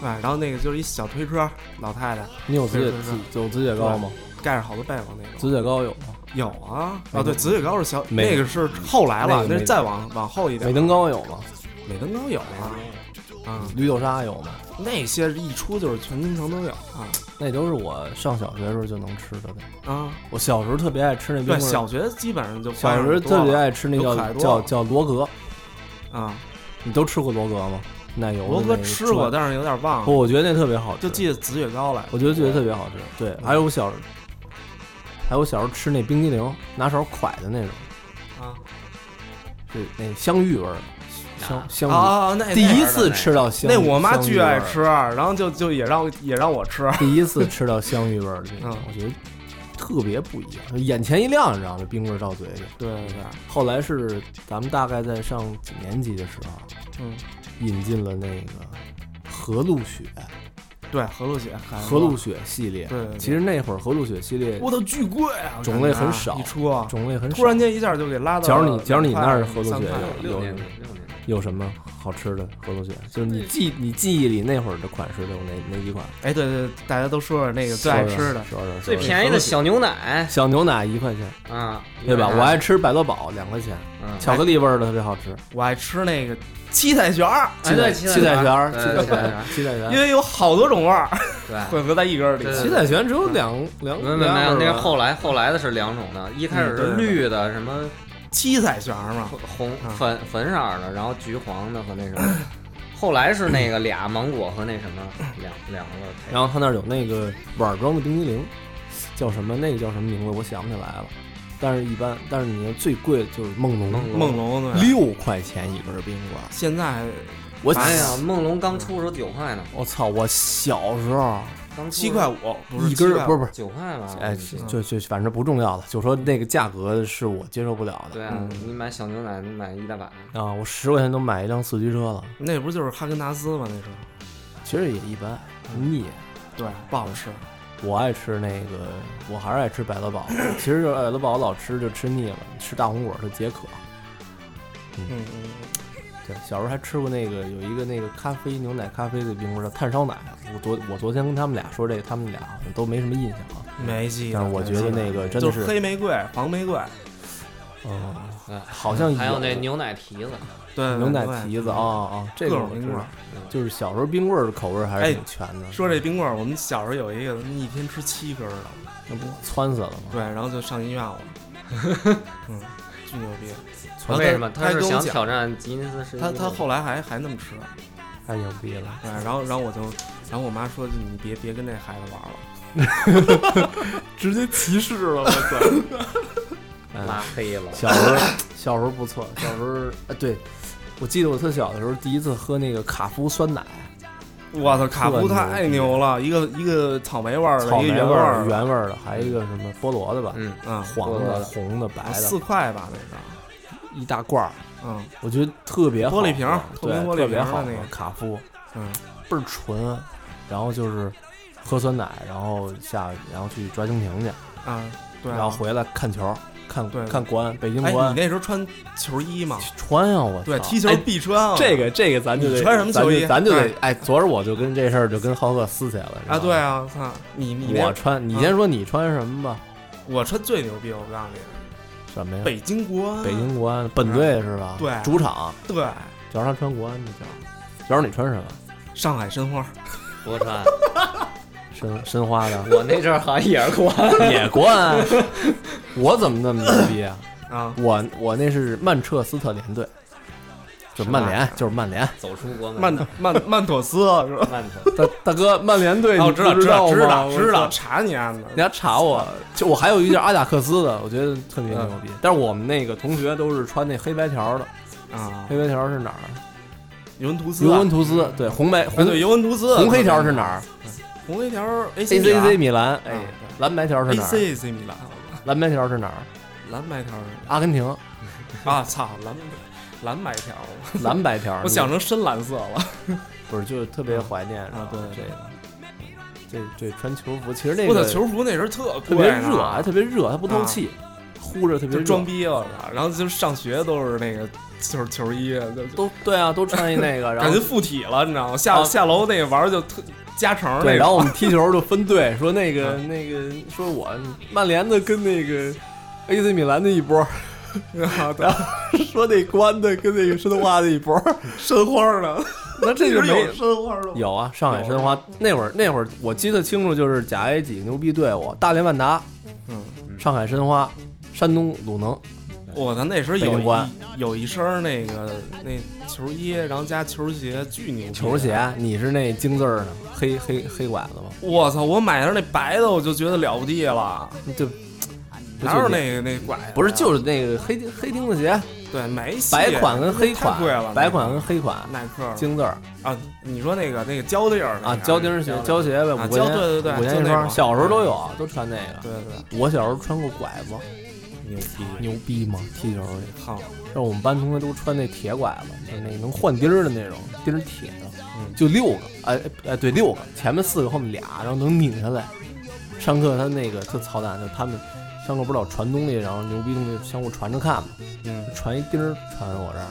Speaker 3: 对，然后那个就是一小推车，老太太
Speaker 1: 你有紫
Speaker 3: 是是是
Speaker 1: 姐有紫姐糕吗？
Speaker 3: 盖着好多被窝那种。
Speaker 1: 紫姐糕有吗？
Speaker 3: 有啊，
Speaker 1: 美
Speaker 3: 啊对，紫雪糕是小，
Speaker 1: 美
Speaker 3: 那个是后来
Speaker 1: 那
Speaker 3: 了，
Speaker 1: 个
Speaker 3: 那
Speaker 1: 美
Speaker 3: 是再往往后一点。
Speaker 1: 美登嗯糕有吗？
Speaker 3: 美登糕有啊，啊，
Speaker 1: 绿豆沙有吗？
Speaker 3: 那些一出就是全京城都有啊
Speaker 1: 那都是我上小学的时候就能吃的了。
Speaker 3: 啊，
Speaker 1: 我小时候特别爱吃那冰
Speaker 3: 对，
Speaker 1: 棍儿。
Speaker 3: 小学基本上就
Speaker 1: 小时候特别爱吃那
Speaker 3: 有
Speaker 1: 叫
Speaker 3: 凯多
Speaker 1: 叫叫罗格，
Speaker 3: 啊，
Speaker 1: 你都吃过罗格吗？奶油的
Speaker 3: 罗
Speaker 1: 那
Speaker 3: 哥
Speaker 1: 个
Speaker 3: 吃
Speaker 1: 串
Speaker 3: 过，，但是有点忘
Speaker 1: 不，
Speaker 3: 了，
Speaker 1: 我觉得那特别好吃，
Speaker 3: 就记得紫雪糕来。
Speaker 1: 我觉得觉得特别好吃。对，
Speaker 3: 嗯
Speaker 1: 还有我小时候，还有我小时候吃那冰激凌，拿勺蒯的那种，
Speaker 3: 啊
Speaker 1: 是那香芋味儿，
Speaker 2: 啊
Speaker 1: 香香芋。
Speaker 3: 啊，那
Speaker 1: 第一
Speaker 3: 那
Speaker 1: 次吃到香芋，
Speaker 3: 那我妈
Speaker 1: 香芋
Speaker 3: 巨
Speaker 1: 味
Speaker 3: 爱
Speaker 1: 儿，
Speaker 3: 吃，然后就就也让也让我吃。
Speaker 1: 第一次吃到香芋味儿的那种
Speaker 3: 嗯，
Speaker 1: 我觉得特别不一样，眼前一亮，你知道吗？冰棍儿到嘴里。
Speaker 3: 对对对，
Speaker 1: 后来是咱们大概在上几年级的时候，
Speaker 3: 嗯，
Speaker 1: 引进了那个和路雪，
Speaker 3: 对，河路雪，海
Speaker 1: 和路雪系列。
Speaker 3: 啊对对对
Speaker 1: 其实那会儿和路雪系列
Speaker 3: 我操，巨贵啊，
Speaker 1: 种
Speaker 3: 感觉
Speaker 1: 类
Speaker 3: 啊
Speaker 1: 很少
Speaker 3: 一出啊
Speaker 1: 种类很少。
Speaker 3: 突然间一下就给拉到
Speaker 1: 假如你
Speaker 3: 两
Speaker 1: 假如你那儿
Speaker 3: 块
Speaker 1: 合作
Speaker 3: 三
Speaker 1: 起来
Speaker 3: 块
Speaker 1: 有
Speaker 2: 六年级，六年级，
Speaker 1: 有什么好吃的合作雪？就是你记你记忆里那会儿的款式都有哪哪几款？
Speaker 3: 哎，对对，对大家都说说那个最爱吃的，
Speaker 1: 说说说说
Speaker 2: 最便宜的小牛奶
Speaker 1: 小牛奶一块钱，
Speaker 2: 啊，
Speaker 1: 对吧？
Speaker 2: 一百
Speaker 1: 我爱吃百乐宝两块钱，
Speaker 2: 嗯，
Speaker 1: 巧克力味儿的特别好吃。
Speaker 3: 我爱吃那个七彩旋儿，
Speaker 2: 哎对
Speaker 1: 七彩
Speaker 2: 七
Speaker 1: 旋儿，
Speaker 2: 对
Speaker 1: 七彩旋
Speaker 2: 七彩旋
Speaker 1: 儿
Speaker 2: 儿，
Speaker 1: 七彩旋
Speaker 3: 因
Speaker 1: 儿。
Speaker 3: 为有好多种味儿
Speaker 2: 对。
Speaker 3: 混合在一根儿里。
Speaker 2: 对对
Speaker 1: 七彩旋只有两
Speaker 3: 哦
Speaker 1: 两
Speaker 2: 没有没有，没有，
Speaker 1: 两
Speaker 2: 嗯那
Speaker 1: 味儿
Speaker 2: 是
Speaker 1: 吧
Speaker 2: 后来后来的是两种的，一开始是
Speaker 3: 啊嗯对
Speaker 2: 绿的，什么
Speaker 3: 七彩旋儿嘛，
Speaker 2: 红
Speaker 3: 啊
Speaker 2: 粉粉色儿的，然后橘黄的和那什么，后来是那个俩芒果和那什么两两个味儿配
Speaker 1: 然后他那儿有那个碗装的冰激凌，叫什么？那个叫什么名字？我想不起来了。但是一般，但是你最贵就是梦龙，
Speaker 2: 梦龙啊
Speaker 3: 梦龙对。
Speaker 1: 六块钱一根冰棍儿。
Speaker 3: 现在
Speaker 1: 我
Speaker 3: 啊
Speaker 2: 哎呀，梦龙刚出的时候九块呢，
Speaker 1: 我操！我小时候
Speaker 2: 刚出
Speaker 3: 七块五，不是
Speaker 1: 一根儿不是不是，
Speaker 2: 九块吧？
Speaker 1: 哎，
Speaker 3: 嗯
Speaker 1: 就就反正不重要了，就说那个价格是我接受不了的。
Speaker 2: 对
Speaker 3: 嗯
Speaker 2: 啊，你买小牛奶能买一大把，
Speaker 1: 啊，我十块钱能买一辆四驱车了，
Speaker 3: 那不就是哈根达斯吗？那时候
Speaker 1: 其实也一般，腻。
Speaker 3: 对，不好吃。
Speaker 1: 我爱吃那个，我还是爱吃百乐宝。其实就是百乐宝老吃就吃腻了，吃大红果就解渴。
Speaker 3: 嗯嗯，
Speaker 1: 对，小时候还吃过那个有一个那个咖啡牛奶咖啡的冰棍儿叫炭烧奶。我昨我昨天跟他们俩说这个，他们俩好像都没什么印象啊。
Speaker 3: 嗯没记得。
Speaker 1: 但是我觉得那个真
Speaker 3: 就
Speaker 1: 的
Speaker 3: 是
Speaker 1: 是，
Speaker 3: 黑玫瑰、黄玫瑰，
Speaker 1: 嗯，
Speaker 2: 哎
Speaker 1: 好像
Speaker 2: 还有
Speaker 1: 有
Speaker 2: 那牛奶蹄子，
Speaker 3: 对
Speaker 1: 牛奶蹄子啊。啊，这
Speaker 3: 对
Speaker 1: 个我
Speaker 3: 嗯各种
Speaker 1: 知
Speaker 3: 冰棍
Speaker 1: 道
Speaker 3: 儿。。
Speaker 1: 就是小时候冰棍儿的口味还
Speaker 3: 哎
Speaker 1: 是挺全的。
Speaker 3: 说这冰棍儿，我们小时候有一个一天吃七根儿的，
Speaker 1: 那不窜死了吗？
Speaker 3: 对，然后就上医院了。嗯，巨牛 逼。然后
Speaker 2: 为什么？
Speaker 3: 他
Speaker 2: 他
Speaker 3: 还
Speaker 2: 是
Speaker 3: 跟我
Speaker 2: 想
Speaker 3: 讲
Speaker 2: 挑战吉尼斯世界纪
Speaker 3: 他
Speaker 2: 录。
Speaker 3: 他后来还还那么吃，
Speaker 1: 太牛逼了！
Speaker 3: 对，然后然后我就，然后我妈说你别别跟这孩子玩了，
Speaker 1: 直接歧视了，我操！嗯
Speaker 2: 拉黑了。
Speaker 1: 小时候小时候不错，小时候啊，对，我记得我特小的时候第一次喝那个卡夫酸奶，
Speaker 3: 我操，卡布
Speaker 1: 特牛
Speaker 3: 太牛了，一个一个草莓味儿的，
Speaker 1: 草
Speaker 3: 一
Speaker 1: 莓
Speaker 3: 个原
Speaker 1: 味儿
Speaker 3: 儿
Speaker 1: 的、
Speaker 3: 的，
Speaker 1: 原味儿的，还有一个什么菠萝的吧，
Speaker 2: 嗯，
Speaker 3: 嗯，
Speaker 1: 黄
Speaker 2: 菠萝
Speaker 1: 的、
Speaker 2: 的
Speaker 1: 红的、白
Speaker 3: 四
Speaker 1: 的，
Speaker 3: 块吧那
Speaker 1: 一大罐儿，
Speaker 3: 个，嗯
Speaker 1: 我觉得特别好喝
Speaker 3: 玻璃瓶儿透
Speaker 1: 对，
Speaker 3: 明玻璃
Speaker 1: 特
Speaker 3: 瓶
Speaker 1: 别
Speaker 3: 儿的
Speaker 1: 好喝
Speaker 3: 那个
Speaker 1: 卡夫
Speaker 3: 嗯，
Speaker 1: 倍儿纯，然后就是喝酸奶，然后下然后去抓蜻蜓去，
Speaker 3: 啊，对啊，
Speaker 1: 然后回来看球，看
Speaker 3: 对
Speaker 1: 看国安，北京
Speaker 3: 哎，
Speaker 1: 国
Speaker 3: 你
Speaker 1: 安
Speaker 3: 那时候穿球衣吗？
Speaker 1: 穿呀，我
Speaker 3: 对，
Speaker 1: 操
Speaker 3: 踢球
Speaker 1: 哎
Speaker 3: 必穿啊。
Speaker 1: 这个这个咱就得
Speaker 3: 你穿什么球衣
Speaker 1: 咱就咱就得哎，昨儿我就跟这事儿就跟浩克撕起来了
Speaker 3: 啊，对，
Speaker 1: 你
Speaker 3: 啊，操你嗯你
Speaker 1: 知道吗我
Speaker 3: 那
Speaker 1: 穿，你先说你穿什么吧？
Speaker 3: 我穿最牛逼，我告诉你，
Speaker 1: 什么呀？
Speaker 3: 北京国安，
Speaker 1: 嗯北京国安本队是吧？
Speaker 3: 对
Speaker 1: 主场，
Speaker 3: 对，
Speaker 1: 脚上穿国安的脚，脚上你穿什么？
Speaker 3: 上海申花，
Speaker 2: 我穿，
Speaker 1: 申申花的
Speaker 2: 我那阵儿好像也是国 安，
Speaker 1: 也国安 啊，我怎么那么牛逼啊？
Speaker 3: 啊，
Speaker 1: 我我那是曼彻斯特联队，就是曼联，就是 曼联。
Speaker 2: 走出国门。
Speaker 3: 曼曼曼妥斯 是吧？
Speaker 2: 慢走，
Speaker 1: 大大哥，曼联队
Speaker 3: 哦，
Speaker 1: 你
Speaker 3: 我知道，
Speaker 1: 不
Speaker 3: 知
Speaker 1: 道
Speaker 3: 道，知
Speaker 1: 吗
Speaker 3: 道，知
Speaker 1: 我
Speaker 3: 道，
Speaker 1: 操
Speaker 3: 查你案子，
Speaker 1: 人家查我，就我还有一件阿贾克斯的，我觉得特别牛逼。但是我们那个同学都是穿那黑白条的，
Speaker 3: 啊，
Speaker 1: 黑白条是哪儿？
Speaker 3: 尤文图斯
Speaker 1: 尤
Speaker 3: 啊，
Speaker 1: 文图斯，哎对，红白
Speaker 3: 啊
Speaker 1: 红
Speaker 3: 对，尤文图斯，
Speaker 1: 红黑条是哪儿
Speaker 3: 红黑条 A
Speaker 1: ？A C C 米兰，哎
Speaker 3: 嗯，
Speaker 1: 蓝白条是
Speaker 3: A
Speaker 1: 哪儿？
Speaker 3: C C 米兰，
Speaker 1: 蓝白条是哪儿？
Speaker 3: 蓝白条是
Speaker 1: 阿根廷，
Speaker 3: 啊，操，蓝蓝白条，，
Speaker 1: 蓝白条
Speaker 3: 我想成深蓝色了，
Speaker 1: 不是，就是特别怀念
Speaker 3: 啊对
Speaker 1: 这个，这这穿球服，其实那
Speaker 3: 我操，
Speaker 1: 个
Speaker 3: 球服那时候特
Speaker 1: 特
Speaker 3: 贵
Speaker 1: 别
Speaker 3: 呢
Speaker 1: 热，还特别热，它不透气，呼着特别
Speaker 3: 就
Speaker 1: 热
Speaker 3: 装逼我操，然后就上学都是那个就是球衣，就就
Speaker 1: 都对啊，都穿一那 个，然
Speaker 3: 感
Speaker 1: 后
Speaker 3: 觉附体了，你知道吗？下
Speaker 1: 啊
Speaker 3: 下楼那玩儿就特加成那
Speaker 1: 对，
Speaker 3: 个，啊
Speaker 1: 然后我们踢球就分队，说那个那个，说我曼联的跟那个 AC 米兰的一波， 然后 说那国安的跟那个申花的一波，
Speaker 3: 申花 的，
Speaker 1: 那这就没
Speaker 3: 有申花的吗？
Speaker 1: 有啊。上海申花那会儿那会儿我记得清楚，就是甲 A 几个牛逼队伍：大连万达、
Speaker 3: 嗯，
Speaker 1: 上海申花、山东鲁能。
Speaker 3: 我操，那时候
Speaker 1: 北
Speaker 3: 有
Speaker 1: 京国安
Speaker 3: 一有一身儿那个那球衣，然后加球鞋，巨牛逼。
Speaker 1: 球，鞋，你是那京字儿的黑黑黑拐子吗？
Speaker 3: 我操，我买的那白的，我就觉得了不地了，
Speaker 1: 就
Speaker 3: 哪有那个那拐子呀？
Speaker 1: 不是就是那个黑黑钉子鞋，
Speaker 3: 对，没戏
Speaker 1: 白款跟黑
Speaker 3: 太贵了，
Speaker 1: 款，白款跟黑款，
Speaker 3: 耐克儿
Speaker 1: 京字儿。
Speaker 3: 啊，你说那个那个胶底儿那
Speaker 1: 啊，
Speaker 3: 个
Speaker 1: 胶钉鞋、胶鞋呗，
Speaker 3: 啊
Speaker 1: 五
Speaker 3: 胶
Speaker 1: 块钱，
Speaker 3: 对对对
Speaker 1: 五块钱
Speaker 3: 就
Speaker 1: 一
Speaker 3: 那
Speaker 1: 双，
Speaker 3: 种嗯
Speaker 1: 小时候都有，都穿那
Speaker 3: 对
Speaker 1: 个。
Speaker 3: 对，
Speaker 1: 我小时候穿过拐子，
Speaker 3: 牛逼，
Speaker 1: 牛逼吗？踢球去，
Speaker 3: 好，
Speaker 1: 让我们班同学都穿那铁拐子，就是那能换钉儿的那种，钉儿铁的，
Speaker 3: 嗯
Speaker 1: 就六个，哎哎，对，六个，前面四个，后面俩，然后能拧下来。上课他那个特操蛋，就他们上课不是老传东西，然后牛逼东西相互传着看嘛，
Speaker 3: 嗯，
Speaker 1: 传一钉儿传我这儿，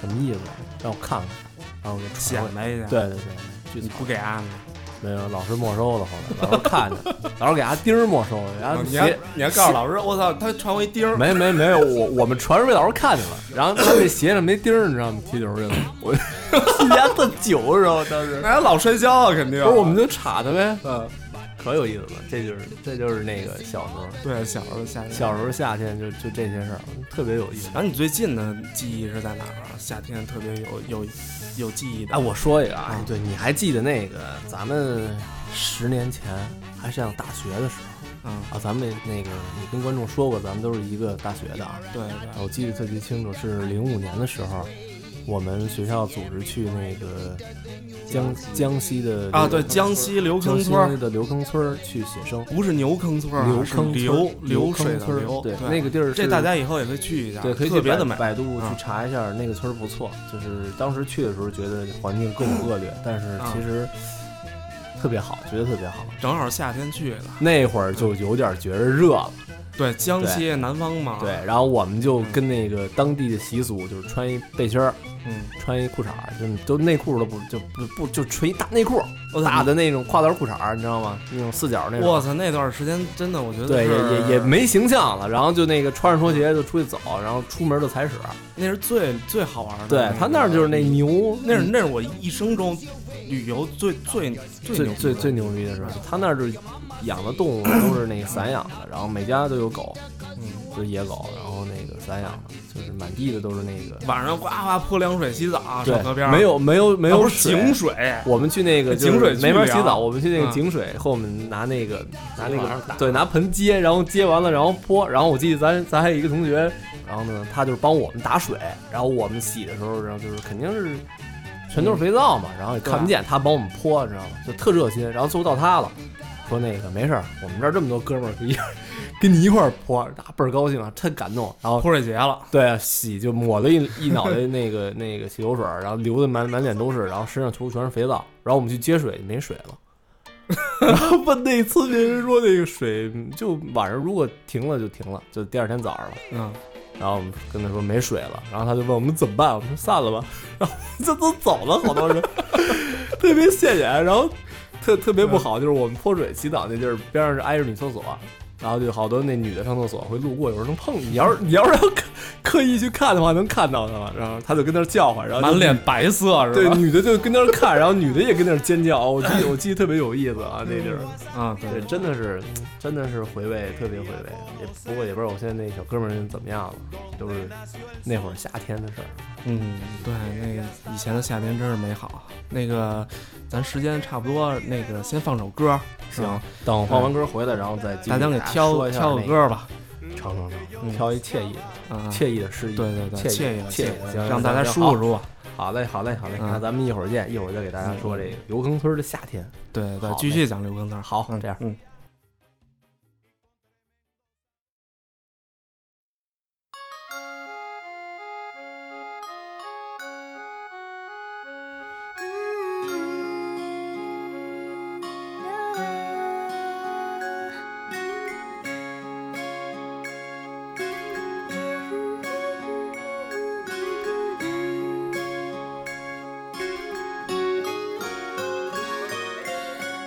Speaker 1: 什么意思？让我看看，然后我就
Speaker 3: 显
Speaker 1: 传过去。
Speaker 3: 摆一下，
Speaker 1: 对对对，巨
Speaker 3: 你
Speaker 1: 操
Speaker 3: 不给案子。
Speaker 1: 没有，老师没收了，后来老师看着，老师给他钉儿没收了，然后
Speaker 3: 你要
Speaker 1: 啊鞋
Speaker 3: 你要告诉老师，我操，他传我一钉儿，
Speaker 1: 没没没有，我我们传出去，老师看见了，然后他那鞋上没钉儿，你知道吗？踢球去了， 我踢家特久，然后当时
Speaker 3: 那还老摔跤啊，肯定。
Speaker 1: 不是我们就插他呗，
Speaker 3: 嗯，
Speaker 1: 可有意思了，这就是这就是那个小时候，
Speaker 3: 对，小时候夏天。
Speaker 1: 小时候夏天就就这些事儿，特别有意思。
Speaker 3: 然后你最近的记忆是在哪儿啊？夏天特别有有有记忆的。
Speaker 1: 哎，我说一个啊
Speaker 3: 嗯，
Speaker 1: 对，你还记得那个咱们十年前还上大学的时候
Speaker 3: 嗯，
Speaker 1: 啊？咱们那那个你跟观众说过，咱们都是一个大学的啊。
Speaker 3: 对对，
Speaker 1: 我记得特别清楚，是零五年的时候，我们学校组织去那个江江西的
Speaker 3: 啊，对，江西刘
Speaker 1: 江
Speaker 3: 坑
Speaker 1: 西
Speaker 3: 村儿
Speaker 1: 的刘坑村儿去写生，
Speaker 3: 不是牛坑村儿啊，
Speaker 1: 刘
Speaker 3: 是
Speaker 1: 坑村
Speaker 3: 流
Speaker 1: 刘
Speaker 3: 流
Speaker 1: 坑
Speaker 3: 水的
Speaker 1: 村儿
Speaker 3: 流。
Speaker 1: 对
Speaker 3: 对，
Speaker 1: 那个地儿
Speaker 3: 这
Speaker 1: 是
Speaker 3: 大家以后也可以去一下，
Speaker 1: 对可以
Speaker 3: 特
Speaker 1: 去
Speaker 3: 别
Speaker 1: 百
Speaker 3: 的美。
Speaker 1: 百度
Speaker 3: 啊
Speaker 1: 去查一下那个村儿不错，就是当时去的时候觉得环境更恶劣，但是
Speaker 3: 啊
Speaker 1: 其实特别好，觉得特别好。
Speaker 3: 正好夏天去的，
Speaker 1: 那会儿就有点觉着热了，
Speaker 3: 对，江西南方嘛，
Speaker 1: 对，，然后我们就跟那个当地的习俗就是穿一背心儿，
Speaker 3: 嗯，
Speaker 1: 穿一裤衩儿，就都内裤都不就不不就纯一大内裤，
Speaker 3: 我操
Speaker 1: 大的那种跨栏裤衩儿，你知道吗？那种四角那种。
Speaker 3: 我操，那段时间真的，我觉得
Speaker 1: 对，也
Speaker 3: 是
Speaker 1: 也也没形象了，然后就那个穿着拖鞋就出去走，然后出门就踩屎。
Speaker 3: 那是最最好玩的。
Speaker 1: 对他那儿就是那牛，
Speaker 3: 嗯
Speaker 1: 嗯
Speaker 3: 那是那是我一生中旅游最最最
Speaker 1: 最
Speaker 3: 牛
Speaker 1: 最
Speaker 3: 逼的
Speaker 1: 最牛逼的是，他那儿就是养的动物都是那个散养的，然后每家都有狗，
Speaker 3: 嗯
Speaker 1: 就是野狗，然后那个散养的，就是满地的都是那个，
Speaker 3: 晚上呱呱泼凉水洗澡，啊
Speaker 1: 对
Speaker 3: 上河边，儿
Speaker 1: 没有没有没
Speaker 3: 啊
Speaker 1: 有
Speaker 3: 不是
Speaker 1: 水
Speaker 3: 井水，
Speaker 1: 我们去那个就是
Speaker 3: 井水去
Speaker 1: 没法洗澡，
Speaker 3: 凉
Speaker 1: 我们去那个
Speaker 3: 嗯
Speaker 1: 井水和我们拿那个拿那
Speaker 2: 往上
Speaker 1: 个
Speaker 2: 打
Speaker 1: 对拿盆接，然后接完了然后泼，然后我记得咱咱还有一个同学，然后呢他就是帮我们打水，然后我们洗的时候，然后就是肯定是全
Speaker 3: 嗯
Speaker 1: 都是肥皂嘛，然后也看
Speaker 3: 啊
Speaker 1: 不见，他帮我们泼，你知道吗？就特热心，然后最后到他了，说那个没事儿，我们这儿这么多哥们儿一 块儿跟你一块儿泼，他倍儿高兴啊，特感动，然后
Speaker 3: 泼水节了，
Speaker 1: 对啊，洗就抹了一一脑袋那个那个洗头水儿，然后流的满满脸都是，然后身上全部全是肥皂，然后我们去接水没水了， 然后问那村民说那个水就晚上如果停了就停了，就第二天早上了，
Speaker 3: 嗯，
Speaker 1: 然后我们跟他说没水了，然后他就问我们怎么办，我们说散了吧， 然后就都走了，好多人 特别现眼，然后特特别不
Speaker 3: 嗯
Speaker 1: 好，就是我们泼水洗澡那地儿边上是挨着女厕所，然后就好多那女的上厕所会路过，有时候能碰你，要是你要是要刻刻意去看的话，能看到她，然后她就跟那儿叫唤，然后就
Speaker 3: 满脸白色是
Speaker 1: 对
Speaker 3: 吧？
Speaker 1: 女的就跟那儿看，然后女的也跟那儿尖叫，我记得我记得特别有意思啊，那地儿。
Speaker 3: 啊，
Speaker 1: 对，
Speaker 3: 对，
Speaker 1: 真的是，真的是回味，特别回味。也不过也不知道我现在那小哥们儿怎么样了，都是那会儿夏天的事儿。
Speaker 3: 嗯，对，那个以前的夏天真是美好。那个，咱时间差不多，那个先放首歌，
Speaker 1: 嗯
Speaker 3: 是吧，
Speaker 1: 等我放完歌回来，然后再继续
Speaker 3: 大家给挑
Speaker 1: 说一下
Speaker 3: 挑个
Speaker 1: 那
Speaker 3: 歌吧，
Speaker 1: 尝尝尝，挑一惬意的、
Speaker 3: 啊，
Speaker 1: 惬意的诗意，
Speaker 3: 对对对，
Speaker 1: 惬
Speaker 3: 意
Speaker 1: 的惬
Speaker 3: 惬
Speaker 1: 意的，行
Speaker 3: 让大家舒服。舒服。
Speaker 1: 行好好嘞，好嘞，好嘞，
Speaker 3: 嗯
Speaker 1: 那咱们一会儿见，一会儿再给大家说这个油坑村的夏天。
Speaker 3: 对对
Speaker 1: 好
Speaker 3: 对，
Speaker 1: 嘞
Speaker 3: 继续讲刘根字儿。
Speaker 1: 好
Speaker 3: 嗯
Speaker 1: 这样
Speaker 3: 嗯。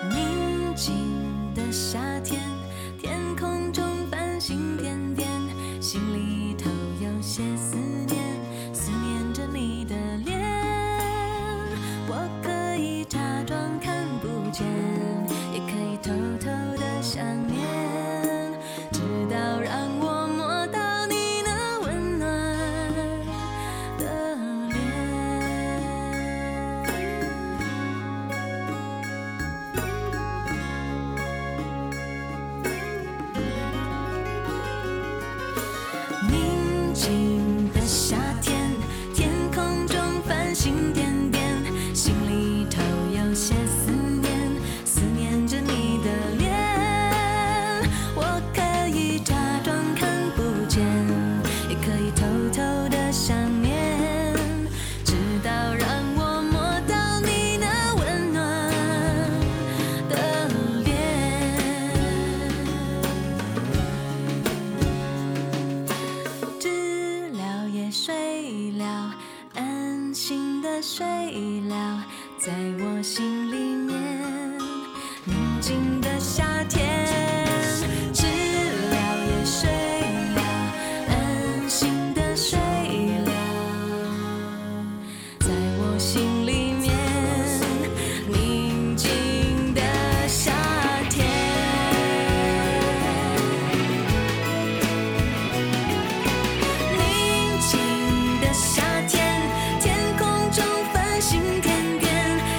Speaker 4: 宁静的夏天，天空中繁星点点，心里头有些思念，思念着你的脸。我可以假装看不见，也可以偷偷的想念，直到让我摸到你那温暖的脸。宁静的夏天，天空中繁星点点，心里头有些思念，思念着你的脸。我可以假装看不见，也可以偷偷的想念，直到让我摸到你那温暖的脸。知了也睡了，安心的睡了，在我心里面，宁静的夏天。知了也睡了，安心的睡了，在我心里面，宁静的夏天。宁静的夏天，天空中繁星点点，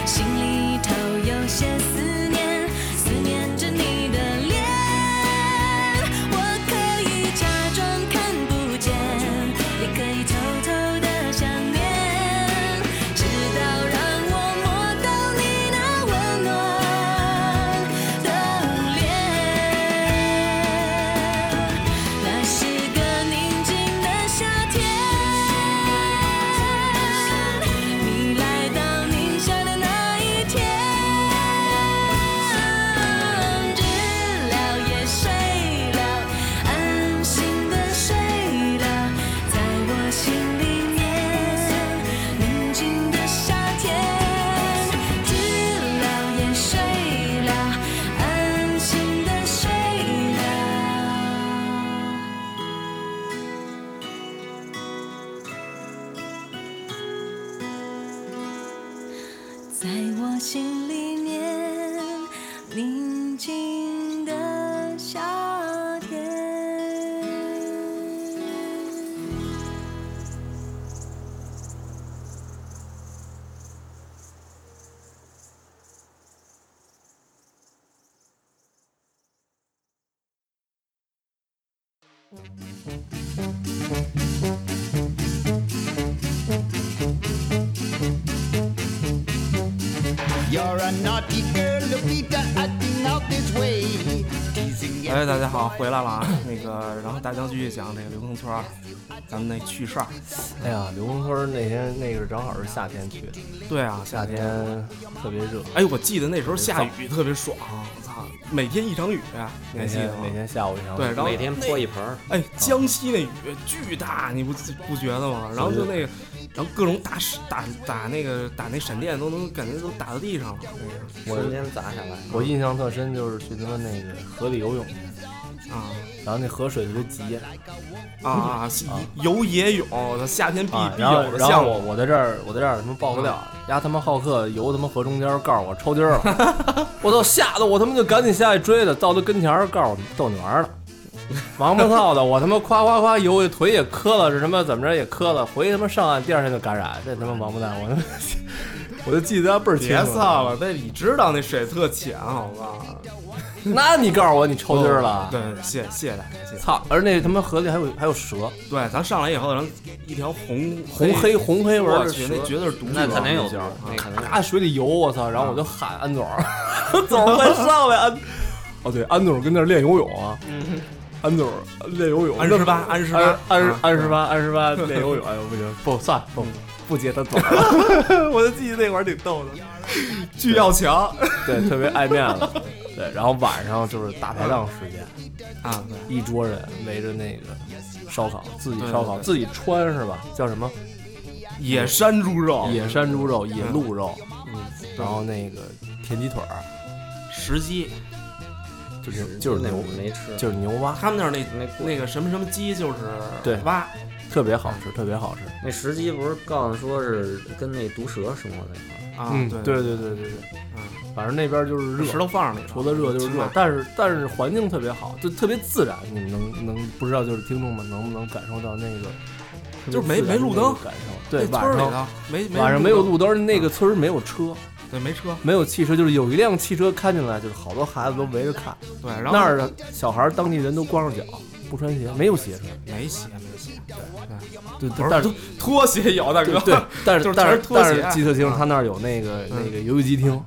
Speaker 4: 心里头有些思念，思念着你的脸。我可以假装看不见，也可以偷偷的想念，直到让我摸到你那温暖的脸。那是个宁静的夏天，你来到宁夏的那一天，知了也睡了，安心的睡了，在我心里面，宁静的夏天，知了也睡了，安心的睡了。在我心里面宁静的夏天。
Speaker 5: You're a naughty girl, Lupita, acting out this way. Teasing
Speaker 3: 哎，大家好，回来了啊！那个，然后大江继续讲这个刘坑村儿，啊咱们那趣事儿。
Speaker 1: 哎呀，刘公村儿那天那个正好是夏天去的，
Speaker 3: 对啊，夏
Speaker 1: 夏
Speaker 3: 天。
Speaker 1: 天特别热，
Speaker 3: 哎，我记得那时候下雨特别爽，啊我操，每天一场雨，你还
Speaker 1: 每
Speaker 3: 记得
Speaker 1: 天
Speaker 3: 吗
Speaker 1: 每？天下午一场
Speaker 3: 对，然后
Speaker 2: 每天泼一盆儿，
Speaker 3: 哎，江西那雨巨大，你不不觉得吗？然后就那个，然后各种打闪打打那个打那闪电都能感觉都打到地上了。那
Speaker 1: 我
Speaker 2: 瞬间砸下来。
Speaker 1: 我印象特深，就是去他妈那个河里游泳去，
Speaker 3: 个啊
Speaker 1: 然后那河水特别急，
Speaker 3: 啊啊！游野泳，我操夏天必
Speaker 1: 啊，
Speaker 3: 必
Speaker 1: 然后
Speaker 3: 有的
Speaker 1: 然后
Speaker 3: 项目啊
Speaker 1: 我。我在这儿我在这儿什么爆个料，丫他妈好客游他妈河中间儿，告诉我抽筋儿了， 我操吓得我他妈就赶紧下去追了，到他跟前儿告诉我逗你玩儿呢，王八操的我他妈夸夸夸游，腿也磕了，是什么怎么着也磕了，回他妈上岸第二天就感染，这他妈王八蛋我他妈 我就记得他倍儿清
Speaker 3: 别
Speaker 1: 楚，
Speaker 3: 操了，那你知道那水特浅，好吧？
Speaker 1: 那你告诉我你抽筋儿了，
Speaker 3: 哦对，谢谢谢大家，谢谢。
Speaker 1: 操，而那他妈河里还有还有蛇，
Speaker 3: 对，咱上来以后，然后一条红
Speaker 1: 红黑红黑纹
Speaker 3: 我
Speaker 1: 儿的
Speaker 3: 去，
Speaker 1: 蛇
Speaker 3: 那。绝对是毒蛇，
Speaker 2: 那肯定有毒
Speaker 3: 那劲儿，
Speaker 2: 那肯定有
Speaker 1: 咔水里游，我操！然后我就喊安总 儿，总儿快上来！安，哦对，安总儿跟那儿练游泳啊，安总儿练游泳，
Speaker 3: 安十八安十八
Speaker 1: 安安
Speaker 3: 啊
Speaker 1: 安十八，安十八练游泳，哎呦不行，不算了不不接 他走了，我就记得那会儿挺逗的，
Speaker 3: 巨要强
Speaker 1: 对，特别爱面子，对，然后晚上就是大排档时间，
Speaker 3: 啊！对，
Speaker 1: 一桌人围着那个烧烤，自己
Speaker 3: 对
Speaker 1: 烧烤，
Speaker 3: 对
Speaker 1: 自己穿是吧？叫什么？
Speaker 3: 野山猪肉，
Speaker 1: 野山猪肉、野鹿肉，
Speaker 3: 嗯，
Speaker 1: 然后那个田鸡腿儿，
Speaker 3: 石鸡，
Speaker 1: 就是
Speaker 3: 嗯
Speaker 1: 就是
Speaker 2: 那
Speaker 1: 牛
Speaker 2: 我们没吃，
Speaker 1: 就是牛蛙。
Speaker 3: 他们那儿
Speaker 2: 那
Speaker 3: 那
Speaker 2: 贵
Speaker 3: 那个什么什么鸡就是
Speaker 1: 对
Speaker 3: 蛙，
Speaker 1: 特别好吃，特别好吃。
Speaker 2: 那石鸡不是告诉说是跟那毒蛇生活在一块儿，
Speaker 3: 啊，
Speaker 1: 嗯对
Speaker 3: 对，
Speaker 1: 对对对对，
Speaker 3: 嗯，
Speaker 1: 反正那边就是
Speaker 3: 石
Speaker 1: 热，
Speaker 3: 头缝儿里头，
Speaker 1: 除了热就是
Speaker 3: 青
Speaker 1: 热
Speaker 3: 蛙，
Speaker 1: 但是但是环境特别好，就特别自然。你们能能不知道就是听众们能不能感受到那个，
Speaker 3: 就是没
Speaker 1: 特别自然的
Speaker 3: 没路灯
Speaker 1: 那个感受？对，
Speaker 3: 那村
Speaker 1: 晚
Speaker 3: 儿里
Speaker 1: 上
Speaker 3: 头没没
Speaker 1: 晚上没有路
Speaker 3: 灯，嗯
Speaker 1: 灯，那个村儿没有车，
Speaker 3: 对，没车，
Speaker 1: 没有汽车，就是有一辆汽车开进来，就是好多孩子都围着看。
Speaker 3: 对，然后
Speaker 1: 那儿的小孩儿当地人都光着脚，不穿鞋，没有鞋穿。
Speaker 3: 没鞋没鞋，对，
Speaker 1: 对，
Speaker 3: 不是
Speaker 1: 但是
Speaker 3: 就 拖鞋有大
Speaker 1: 对
Speaker 3: 哥，
Speaker 1: 对，但是
Speaker 3: 就是
Speaker 1: 但
Speaker 3: 全
Speaker 1: 是
Speaker 3: 是拖
Speaker 1: 但
Speaker 3: 鞋啊嗯
Speaker 1: 是记特清，他那儿有那个那个游戏机 厅，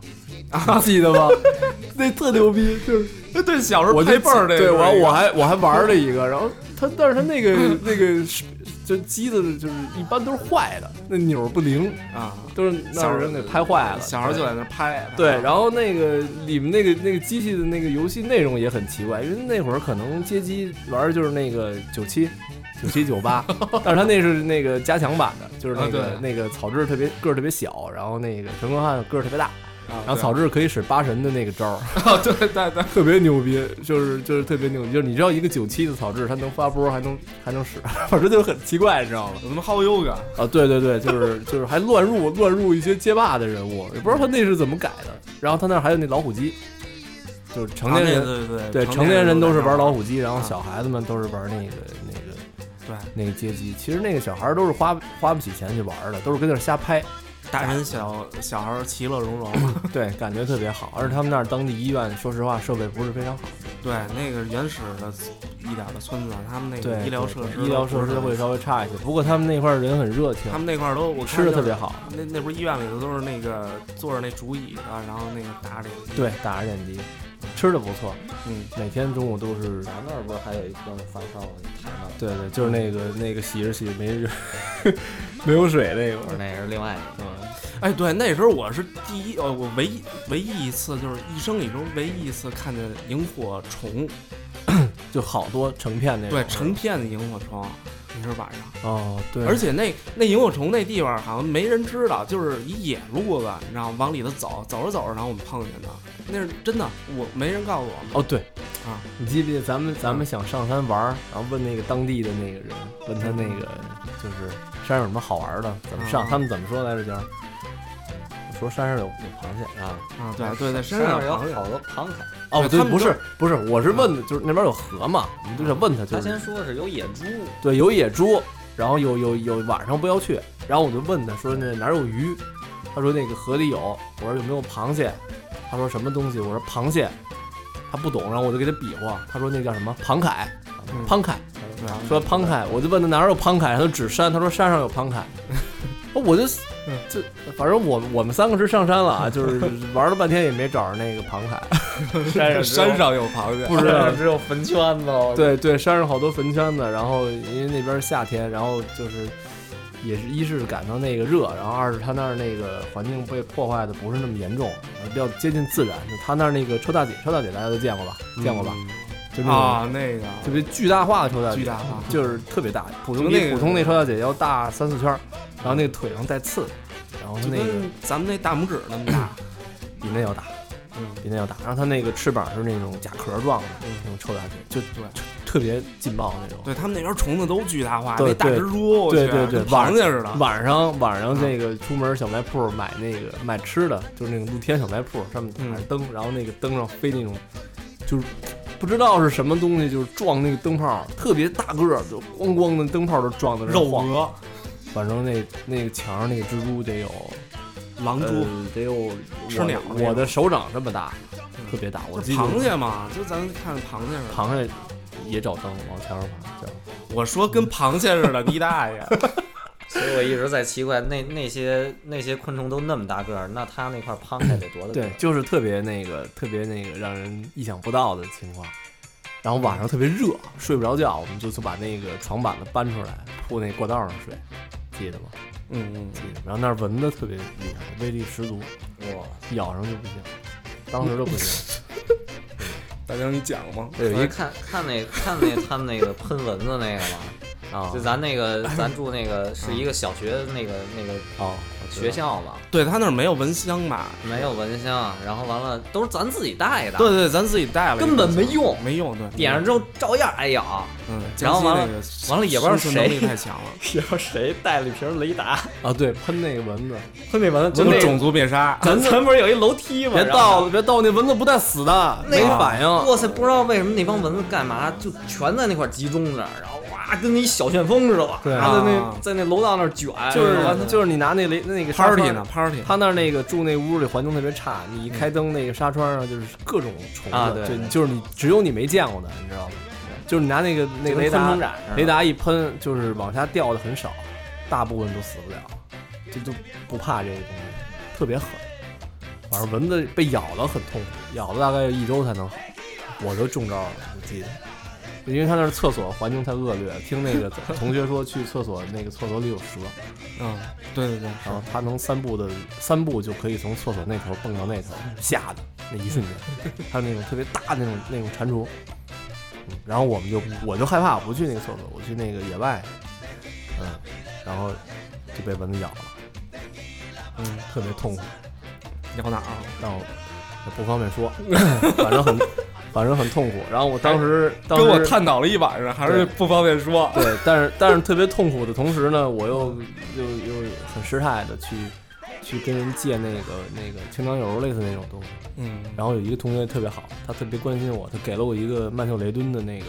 Speaker 3: 啊
Speaker 1: 记得吗？ 那特牛逼， 就是
Speaker 3: 对对，小时候
Speaker 1: 我
Speaker 3: 拍
Speaker 1: 这
Speaker 3: 辈儿这个，
Speaker 1: 对我我还我还玩了一个，然后他但是他 那个那个是就机子就是一般都是坏的，那钮儿不灵，
Speaker 3: 啊，
Speaker 1: 都是那让人给拍坏了，
Speaker 3: 小孩儿就在那儿拍， 啊
Speaker 1: 对。对，然后那个里面那个那个机器的那个游戏内容也很奇怪，因为那会儿可能街机玩的就是那个九七、九七、九 八，但是他那是那个加强版的，就是那个、
Speaker 3: 啊对
Speaker 1: 那个草雉特别个儿特别小，然后那个陈光汉个儿特别大，
Speaker 3: 然
Speaker 1: 然后草雉可以使八神的那个招 儿，
Speaker 3: 啊，对对对对，
Speaker 1: 特别牛逼，就是就是特别牛逼，就是你知道一个九七的草雉，它能发波，还能还能使， 反正就是很奇怪，你知道吗？
Speaker 3: 有他妈好优感，
Speaker 1: 啊，对对对，就是 就是还乱入乱入一些街霸的人物，也不知道他那是怎么改的。然后他那儿还有那老虎机，就是成年人、
Speaker 3: 啊对对
Speaker 1: 对成年人都是玩老
Speaker 3: 虎，
Speaker 1: 虎机，然后
Speaker 3: 啊
Speaker 1: 小孩子们都是玩那个那个
Speaker 3: 对，
Speaker 1: 那个街机。其实那个小孩儿都是花花不起钱去玩的，都是跟那儿瞎 拍，
Speaker 3: 大人小小孩儿其乐 融融，
Speaker 1: 对，感觉特别好。而且他们那儿当地医院，说实话设备不是非常好，
Speaker 3: 对，那个原始的一点的村子，他们那个
Speaker 1: 对
Speaker 3: 医疗设施
Speaker 1: 对医疗设施会稍微差一些。不过他们那块儿人很热情
Speaker 3: 他，们那块儿都我看
Speaker 1: 吃的
Speaker 3: 就
Speaker 1: 特别好。
Speaker 3: 那那不是医院里头都是那个坐着那竹椅啊，然后那个打着，
Speaker 1: 对，打着点滴，吃的不错，
Speaker 3: 嗯，
Speaker 1: 每天中午都是
Speaker 2: 咱那儿不是还有一帮发烧的谈到，
Speaker 1: 对对，就是那个那个洗着洗着没热没有水那
Speaker 2: 不是
Speaker 1: 个，
Speaker 2: 那是另外一个，
Speaker 1: 嗯
Speaker 3: 哎，对，那时候我是第一，呃，我唯一唯一一次就是一生里中唯一一次看见萤火虫，
Speaker 1: 就好多成片那种。
Speaker 3: 对，成片的萤火虫，那是晚上。
Speaker 1: 哦对，
Speaker 3: 而且那那萤火虫那地方好像没人知道，就是一野路子，你知道吗？往里头走，走着走着，然后我们碰见的，那是真的，我没人告诉我们。
Speaker 1: 哦对
Speaker 3: 啊，
Speaker 1: 你记不记得咱们咱们想上山玩儿，然后问那个当地的那个人，问他那个就是山上有什么好玩儿的，怎么上？
Speaker 3: 啊
Speaker 1: 他们怎么说来着？叫说山上有有螃蟹啊？
Speaker 3: 啊，对对，在山
Speaker 2: 身上有
Speaker 3: 螃蟹
Speaker 2: 好多螃蟹。
Speaker 1: 哦
Speaker 3: 对
Speaker 1: 对
Speaker 3: 他，们
Speaker 1: 不
Speaker 3: 都
Speaker 1: 是不是，我是问的就是那边有河嘛，我们就想问他，就
Speaker 2: 他
Speaker 1: 是
Speaker 2: 先说是有野猪，
Speaker 1: 对，有野猪，然后有有有晚上不要去。然后我就问他说那哪儿有鱼？他说那个河里有。我说有没有螃蟹？他说什么东西？我说螃蟹。他不懂，然后我就给他比划。他说那叫什么？螃蟹，
Speaker 3: 嗯
Speaker 1: 螃蟹。
Speaker 3: 对啊，
Speaker 1: 说潘凯，我就问他哪儿有潘凯，他就指山，他说山上有潘凯，我就就反正我我们三个是上山了啊，就是玩了半天也没找着那个庞凯，
Speaker 2: 山上
Speaker 3: 山上有螃蟹，
Speaker 1: 不知道
Speaker 2: 只有坟圈子，我
Speaker 1: 对对，山上好多坟圈子，然后因为那边是夏天，然后就是也是一是赶上那个热，然后二是他那儿那个环境被破坏的不是那么严重，比较接近自然。就他那儿那个车大姐，车大姐大家都见过吧？见过吧？就那
Speaker 3: 嗯啊
Speaker 1: 种，
Speaker 3: 那个
Speaker 1: 特别巨大化的车大
Speaker 3: 巨
Speaker 1: 姐，
Speaker 3: 大化，
Speaker 1: 就是特别大，普通
Speaker 3: 就那
Speaker 1: 比
Speaker 3: 个
Speaker 1: 普通那车大姐要大三四圈儿，然后那个腿上带刺，然后
Speaker 3: 就
Speaker 1: 那个
Speaker 3: 跟咱们那大拇指那么大，
Speaker 1: 比那要大，
Speaker 3: 嗯
Speaker 1: 比那要大。然后它那个翅膀是那种甲壳状的那
Speaker 3: 嗯，
Speaker 1: 种臭大姐，就
Speaker 3: 对
Speaker 1: 特别劲爆那种。
Speaker 3: 对他们那边虫子都巨大化，
Speaker 1: 对
Speaker 3: 那大
Speaker 1: 对
Speaker 3: 蜘蛛，我
Speaker 1: 对
Speaker 3: 去
Speaker 1: 对对
Speaker 3: 跟螃蟹似的，
Speaker 1: 晚上晚上那个出门小卖铺买那个买吃的，就是那种露天小卖铺，上面打着灯，然后那个灯上飞那种，就是不知道是什么东西，就是撞那个灯泡，特别大个儿，就咣咣的灯泡都撞的
Speaker 3: 肉
Speaker 1: 晃。
Speaker 3: 蛾、
Speaker 1: 反正那那个墙上那个蜘蛛得有
Speaker 3: 狼蛛
Speaker 1: 呃、得有我
Speaker 3: 吃鸟那种
Speaker 1: 我的手掌这么大，特别大。我
Speaker 3: 就
Speaker 1: 记得
Speaker 3: 螃蟹嘛，就咱看螃蟹似的。
Speaker 1: 螃蟹也找灯往墙上爬，这样
Speaker 3: 我说跟螃蟹似的，你大爷！
Speaker 2: 所以我一直在奇怪，那那些那些昆虫都那么大个儿，那它那块螃蟹得多大？
Speaker 1: 对，，就是特别那个，特别那个让人意想不到的情况。然后晚上特别热，睡不着觉，我们就就把那个床板子搬出来铺那过道上睡，记得吗？
Speaker 3: 嗯嗯
Speaker 1: 记得。然后那儿蚊子特别厉害，威力十足，
Speaker 2: 哇，
Speaker 1: 咬上就不行，当时就不
Speaker 2: 嗯
Speaker 1: 行。
Speaker 3: 大江，你讲吗？
Speaker 1: 对，有
Speaker 2: 我
Speaker 1: 一
Speaker 2: 一看看那看那他们那个喷蚊子那个嘛，
Speaker 1: 啊
Speaker 2: 就咱那个咱住那个是一个小学那个那个
Speaker 1: 哦，
Speaker 2: 学校嘛，
Speaker 3: 对他那儿没有蚊香吧？
Speaker 2: 没有蚊香，然后完了都是咱自己带的，
Speaker 3: 对，对，咱自己带了，
Speaker 2: 根本没用
Speaker 3: 没用。对，
Speaker 2: 点上之后照样哎挨 咬。
Speaker 3: 嗯，
Speaker 2: 然后完了
Speaker 3: 江西那个
Speaker 2: 完了也不知道
Speaker 3: 生存能力
Speaker 2: 谁
Speaker 3: 太强了，
Speaker 2: 也不知道谁带了一瓶雷达，
Speaker 1: 啊，对，喷那个蚊子，
Speaker 2: 喷那完了
Speaker 3: 就种族灭杀，
Speaker 2: 咱咱不是有一楼梯吗？
Speaker 1: 别
Speaker 2: 然
Speaker 1: 倒
Speaker 2: 后
Speaker 1: 了，别倒，那蚊子不带死的，
Speaker 2: 那
Speaker 1: 没
Speaker 2: 个啊
Speaker 1: 反应。
Speaker 2: 哇塞，不知道为什么那帮蚊子干嘛，就全在那块儿集中着，然后哇，跟一小旋风似的，哇，
Speaker 1: 对
Speaker 2: 在
Speaker 3: 啊
Speaker 2: 那在那楼道那儿卷，哎
Speaker 1: 就是
Speaker 2: 然后完了
Speaker 1: 就是你拿那雷那个沙发
Speaker 3: party 呢？party，
Speaker 1: 他那儿那个住那屋里环境特别差，你一开灯，那个纱窗上就是各种虫子，
Speaker 2: 啊对
Speaker 1: 就就是你只有你没见过的，你知道吗？就是你拿那个那
Speaker 2: 就
Speaker 1: 个
Speaker 2: 跟
Speaker 1: 雷
Speaker 2: 昆
Speaker 1: 达
Speaker 2: 虫展似的
Speaker 1: 雷达一喷，就是往下掉的很少，大部分都死不了，这就不怕这个东西，特别狠。反正蚊子被咬了很痛苦，咬了大概一周才能好，我都中招了，我记得。因为他那儿厕所环境太恶劣，听那个同学说去厕所，那个厕所里有蛇，
Speaker 3: 嗯，对对对，是
Speaker 1: 然后他能三步的三步就可以从厕所那头蹦到那头，吓的那一瞬 间，还有那种特别大的那种那种蟾蜍。嗯然后我们就我就害怕，我不去那个厕所，我去那个野外，嗯，然后就被蚊子咬了，嗯，特别痛苦，
Speaker 3: 咬哪儿啊了？
Speaker 1: 但我不方便说， 反正很反正很痛苦。然后我当时当时
Speaker 3: 跟我探讨了一晚上，还是不方便说。
Speaker 1: 对，但是但是特别痛苦的同时呢，我又又又很失态的去去跟人借那个那个清凉油类似那种东西。
Speaker 3: 嗯，
Speaker 1: 然后有一个同学特别好，他特别关心我，他给了我一个曼秀雷敦的那个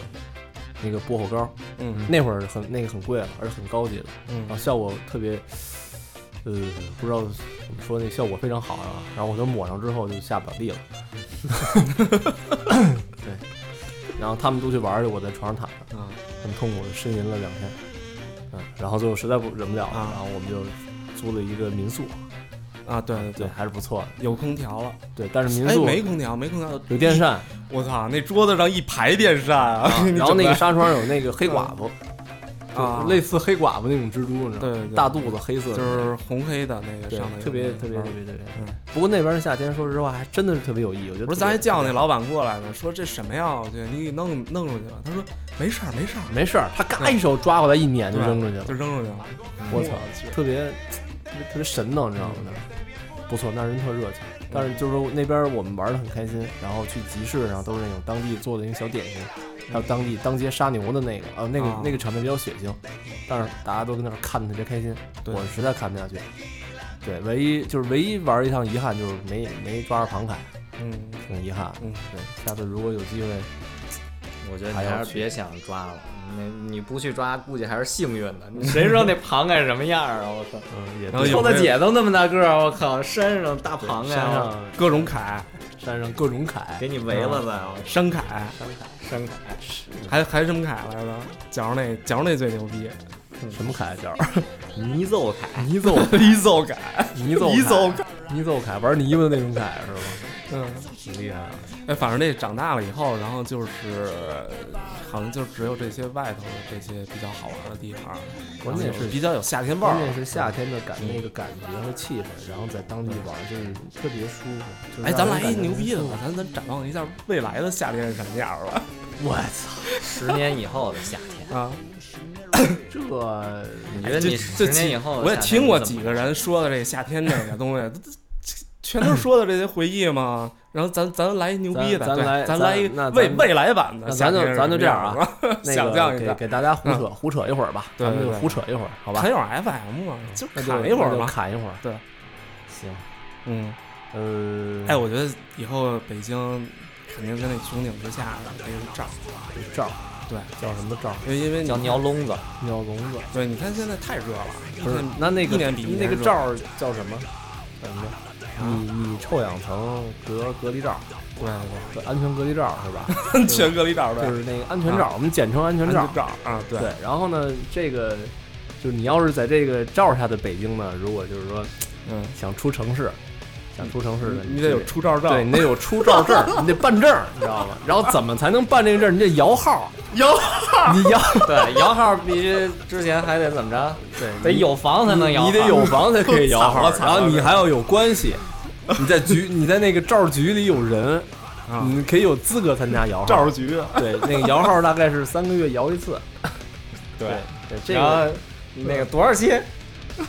Speaker 1: 那个薄荷膏，
Speaker 3: 嗯
Speaker 1: 那会儿很那个很贵了，而且很高级的，然后
Speaker 3: 嗯，
Speaker 1: 效果特别，呃，不知道怎么说，那效果非常好啊。然后我就抹上之后就下不了地 了。对，然后他们都去玩去，我在床上躺着。
Speaker 3: 啊
Speaker 1: 很痛苦的呻吟了两天，嗯，然后最后实在不忍不了了，
Speaker 3: 啊
Speaker 1: 然后我们就租了一个民宿，
Speaker 3: 啊，对对
Speaker 1: 对，
Speaker 3: 对，
Speaker 1: 还是不错的，
Speaker 3: 有空调了。
Speaker 1: 对，但是民
Speaker 3: 哎，
Speaker 1: 宿
Speaker 3: 没空调，没空调，
Speaker 1: 有电扇，
Speaker 3: 我操，那桌子上一排电扇啊，你
Speaker 1: 然后那
Speaker 3: 准
Speaker 1: 个
Speaker 3: 备
Speaker 1: 纱窗有那个黑寡妇，
Speaker 3: 啊
Speaker 1: 就类似黑寡妇那种蜘蛛，你知道
Speaker 3: 对对
Speaker 1: 吗？
Speaker 3: 对
Speaker 1: 大肚子黑色的，
Speaker 3: 就是红黑的那个
Speaker 1: 对
Speaker 3: 上头有，
Speaker 1: 特别
Speaker 3: 那
Speaker 1: 特别
Speaker 3: 个
Speaker 1: 特别特别
Speaker 3: 嗯。
Speaker 1: 不过那边的夏天，说实话还真的是特别有意义，我觉得
Speaker 3: 不
Speaker 1: 特
Speaker 3: 是，咱还
Speaker 1: 别
Speaker 3: 叫那老板过来呢，说这什么呀？我去，你给弄弄出去吧。他说没事儿，没事儿，
Speaker 1: 没事儿，他嘎一手抓过来一撵就
Speaker 3: 嗯对吧
Speaker 1: 扔出去了
Speaker 3: 就。扔出去了。
Speaker 1: 我操，特别特别特别神呢，你知道吗？那儿不错，那儿人特热情。但是就是说那边我们玩的很开心，然后去集市上都是那种当地做的那个小点心，还有当地当街杀牛的那个，呃，那个、
Speaker 3: 啊
Speaker 1: 那个场面比较血腥，但是大家都跟那儿看的特别开心，
Speaker 3: 对
Speaker 1: 我实在看不下去。对，唯一就是唯一玩一趟遗憾就是没没抓着庞凯，
Speaker 3: 嗯，
Speaker 1: 挺遗憾。
Speaker 3: 嗯
Speaker 1: 对，下次如果有机会，
Speaker 2: 我觉得
Speaker 1: 还
Speaker 2: 你
Speaker 1: 要
Speaker 2: 还是别想抓了，你你不去抓，估计还是幸运 的。你谁知道那螃蟹什么样啊？我靠！
Speaker 1: 嗯，也
Speaker 3: 然后
Speaker 1: 对
Speaker 3: 有
Speaker 2: 臭大
Speaker 3: 没有
Speaker 2: 姐都那么大个儿，我靠！山上大螃蟹，啊
Speaker 1: 山上
Speaker 3: 各种凯，
Speaker 1: 山上各种凯，
Speaker 2: 给你围了呗，
Speaker 3: 山凯，
Speaker 2: 山凯
Speaker 3: 还还什么凯来着？觉着那觉着那最牛逼，
Speaker 1: 什么凯 叫？
Speaker 2: 泥奏凯，
Speaker 1: 泥奏
Speaker 3: 一奏凯，
Speaker 1: 泥奏
Speaker 3: 泥奏
Speaker 1: 凯，泥奏凯玩泥巴的那种凯是吗？
Speaker 3: 嗯，
Speaker 1: 挺厉害的。
Speaker 3: 哎，反正这长大了以后，然后就是好像就只有这些外头的这些比较好玩的地方，
Speaker 1: 关键是
Speaker 3: 然后比较有夏天味
Speaker 1: 关
Speaker 3: 儿，
Speaker 1: 键是夏天的感那个感觉和气氛，然后在当地玩就是特别舒服。就是
Speaker 3: 哎，咱来
Speaker 1: 让人感
Speaker 3: 一
Speaker 1: 觉
Speaker 3: 牛逼的
Speaker 1: 舒服
Speaker 3: 吧，咱咱展望一下未来的夏天是什么样儿吧？
Speaker 1: 我操，
Speaker 2: 十年以后的夏天，
Speaker 3: 啊，
Speaker 1: 这
Speaker 2: 你觉得
Speaker 3: 这
Speaker 2: 你
Speaker 3: 这
Speaker 2: 十
Speaker 3: 其
Speaker 2: 年以后的夏天你怎么，
Speaker 3: 我也听过几个人说的这夏天这个东西，这这全都说的这些回忆嘛。然后咱咱来一牛逼的，
Speaker 1: 咱咱
Speaker 3: 对
Speaker 1: 来
Speaker 3: 咱
Speaker 1: 咱
Speaker 3: 来一
Speaker 1: 那咱
Speaker 3: 未未来版的
Speaker 1: 那
Speaker 3: 夏
Speaker 1: 咱就
Speaker 3: 天是什么样儿，
Speaker 1: 咱就这样啊
Speaker 3: 想 象
Speaker 1: 那个
Speaker 3: 一
Speaker 1: 给
Speaker 3: 下，
Speaker 1: 给大家胡扯胡扯一会儿吧，
Speaker 3: 对
Speaker 1: 咱们
Speaker 3: 对
Speaker 1: 就
Speaker 3: 对
Speaker 1: 胡扯一会儿，好吧嗯
Speaker 3: 还？有 FM 嘛，就
Speaker 1: 那就
Speaker 3: 砍一会儿
Speaker 1: 那就
Speaker 3: 嘛。
Speaker 1: 砍一会儿。
Speaker 3: 对，
Speaker 1: 行，
Speaker 3: 嗯，
Speaker 1: 呃，
Speaker 3: 哎，我觉得以后北京肯定跟那穹顶之下的那个照，
Speaker 1: 赵
Speaker 3: 对，
Speaker 1: 叫什么赵？
Speaker 3: 因为因为你
Speaker 2: 叫鸟笼子，
Speaker 1: 鸟笼子
Speaker 3: 对，你看现在太热了，
Speaker 1: 不是
Speaker 3: 一天？
Speaker 1: 那那个
Speaker 3: 一年比一啊年
Speaker 1: 那个
Speaker 3: 热
Speaker 1: 罩儿叫什么？叫什么？你你臭氧层隔隔离罩，
Speaker 3: 对 对，
Speaker 1: 对，安全隔离罩是吧？
Speaker 3: 全隔离罩
Speaker 1: 就
Speaker 3: 对，啊
Speaker 1: 是那个安全罩，我们简称安全罩
Speaker 3: 全。罩啊，对
Speaker 1: 对，然后呢，这个就是你要是在这个罩儿下的北京呢，如果就是说
Speaker 3: 嗯，
Speaker 1: 想出城市，想出城市呢，
Speaker 3: 你
Speaker 1: 就
Speaker 3: 得有出照照，
Speaker 1: 嗯对你得有出照证儿， 你得办证儿，你知道吗？然后怎么才能办这个证儿？你得摇号，
Speaker 3: 有
Speaker 1: 你摇，
Speaker 2: 对，摇号必须之前还得怎么着？
Speaker 1: 对
Speaker 2: 得
Speaker 1: 你
Speaker 2: 有房才能摇号，
Speaker 1: 你得 有房才可以摇号，
Speaker 3: 惨
Speaker 1: 然
Speaker 3: 了
Speaker 1: 后你还要有关系，你在局，你在那个照局里有人，
Speaker 3: 啊
Speaker 1: 你可以有资格参加摇号。
Speaker 3: 照局，
Speaker 1: 对，那个摇号大概是三个月摇一次。
Speaker 2: 对，
Speaker 1: 对，这
Speaker 2: 然
Speaker 1: 个
Speaker 2: 后那个多少期，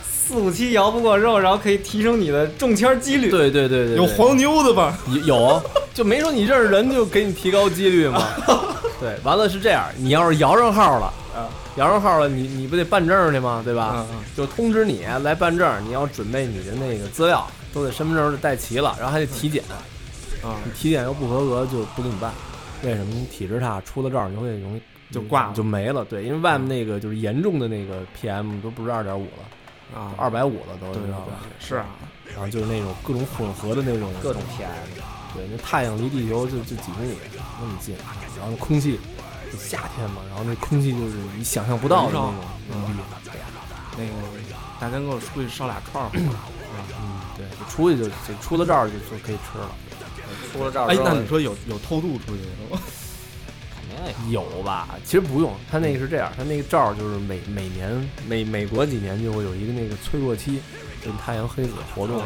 Speaker 2: 四五期摇不过之后，然后可以提升你的中签几率。
Speaker 1: 对对对对，对
Speaker 3: 有黄牛的吧？
Speaker 1: 有有，就没说你认识人就给你提高几率吗？ 对，完了是这样，你要是摇上号了，摇上号了，你你不得办证儿去吗？对吧
Speaker 3: 啊嗯嗯？
Speaker 1: 就通知你来办证儿，你要准备你的那个资料，都得身份证儿都带齐了，然后还得体检，
Speaker 3: 啊，
Speaker 1: 你体检要不合格就不给你办。为什么？你体质差，出了照儿你就会容易
Speaker 3: 就挂了
Speaker 1: 就没了。对，因为外面那个就是严重的那个 PM 都不是二点五了，
Speaker 3: 啊，
Speaker 1: 二百五了都，你知
Speaker 3: 对对
Speaker 1: 道
Speaker 3: 对
Speaker 1: 吧？，
Speaker 3: 是啊，
Speaker 1: 然后就是那种各种混合的那种
Speaker 2: 各种 PM，
Speaker 1: 对，那太阳离地球就就几公里那么近，然后那空气，就夏天嘛，然后那空气就是你想象不到的那种
Speaker 3: 嗯
Speaker 1: 浓郁。啊
Speaker 3: 那个大家跟我出去烧俩串儿吧。
Speaker 1: 嗯，对，就出去就就出了这儿就就可以吃了，
Speaker 2: 出了照
Speaker 3: 哎
Speaker 2: 之，后
Speaker 3: 那，你说有有偷渡出去的吗？
Speaker 2: 肯定有
Speaker 1: 有吧？其实不用，它那个是这样，它那个罩儿就是每每年每美国几年就会有一个那个脆弱期，就太阳黑子活动，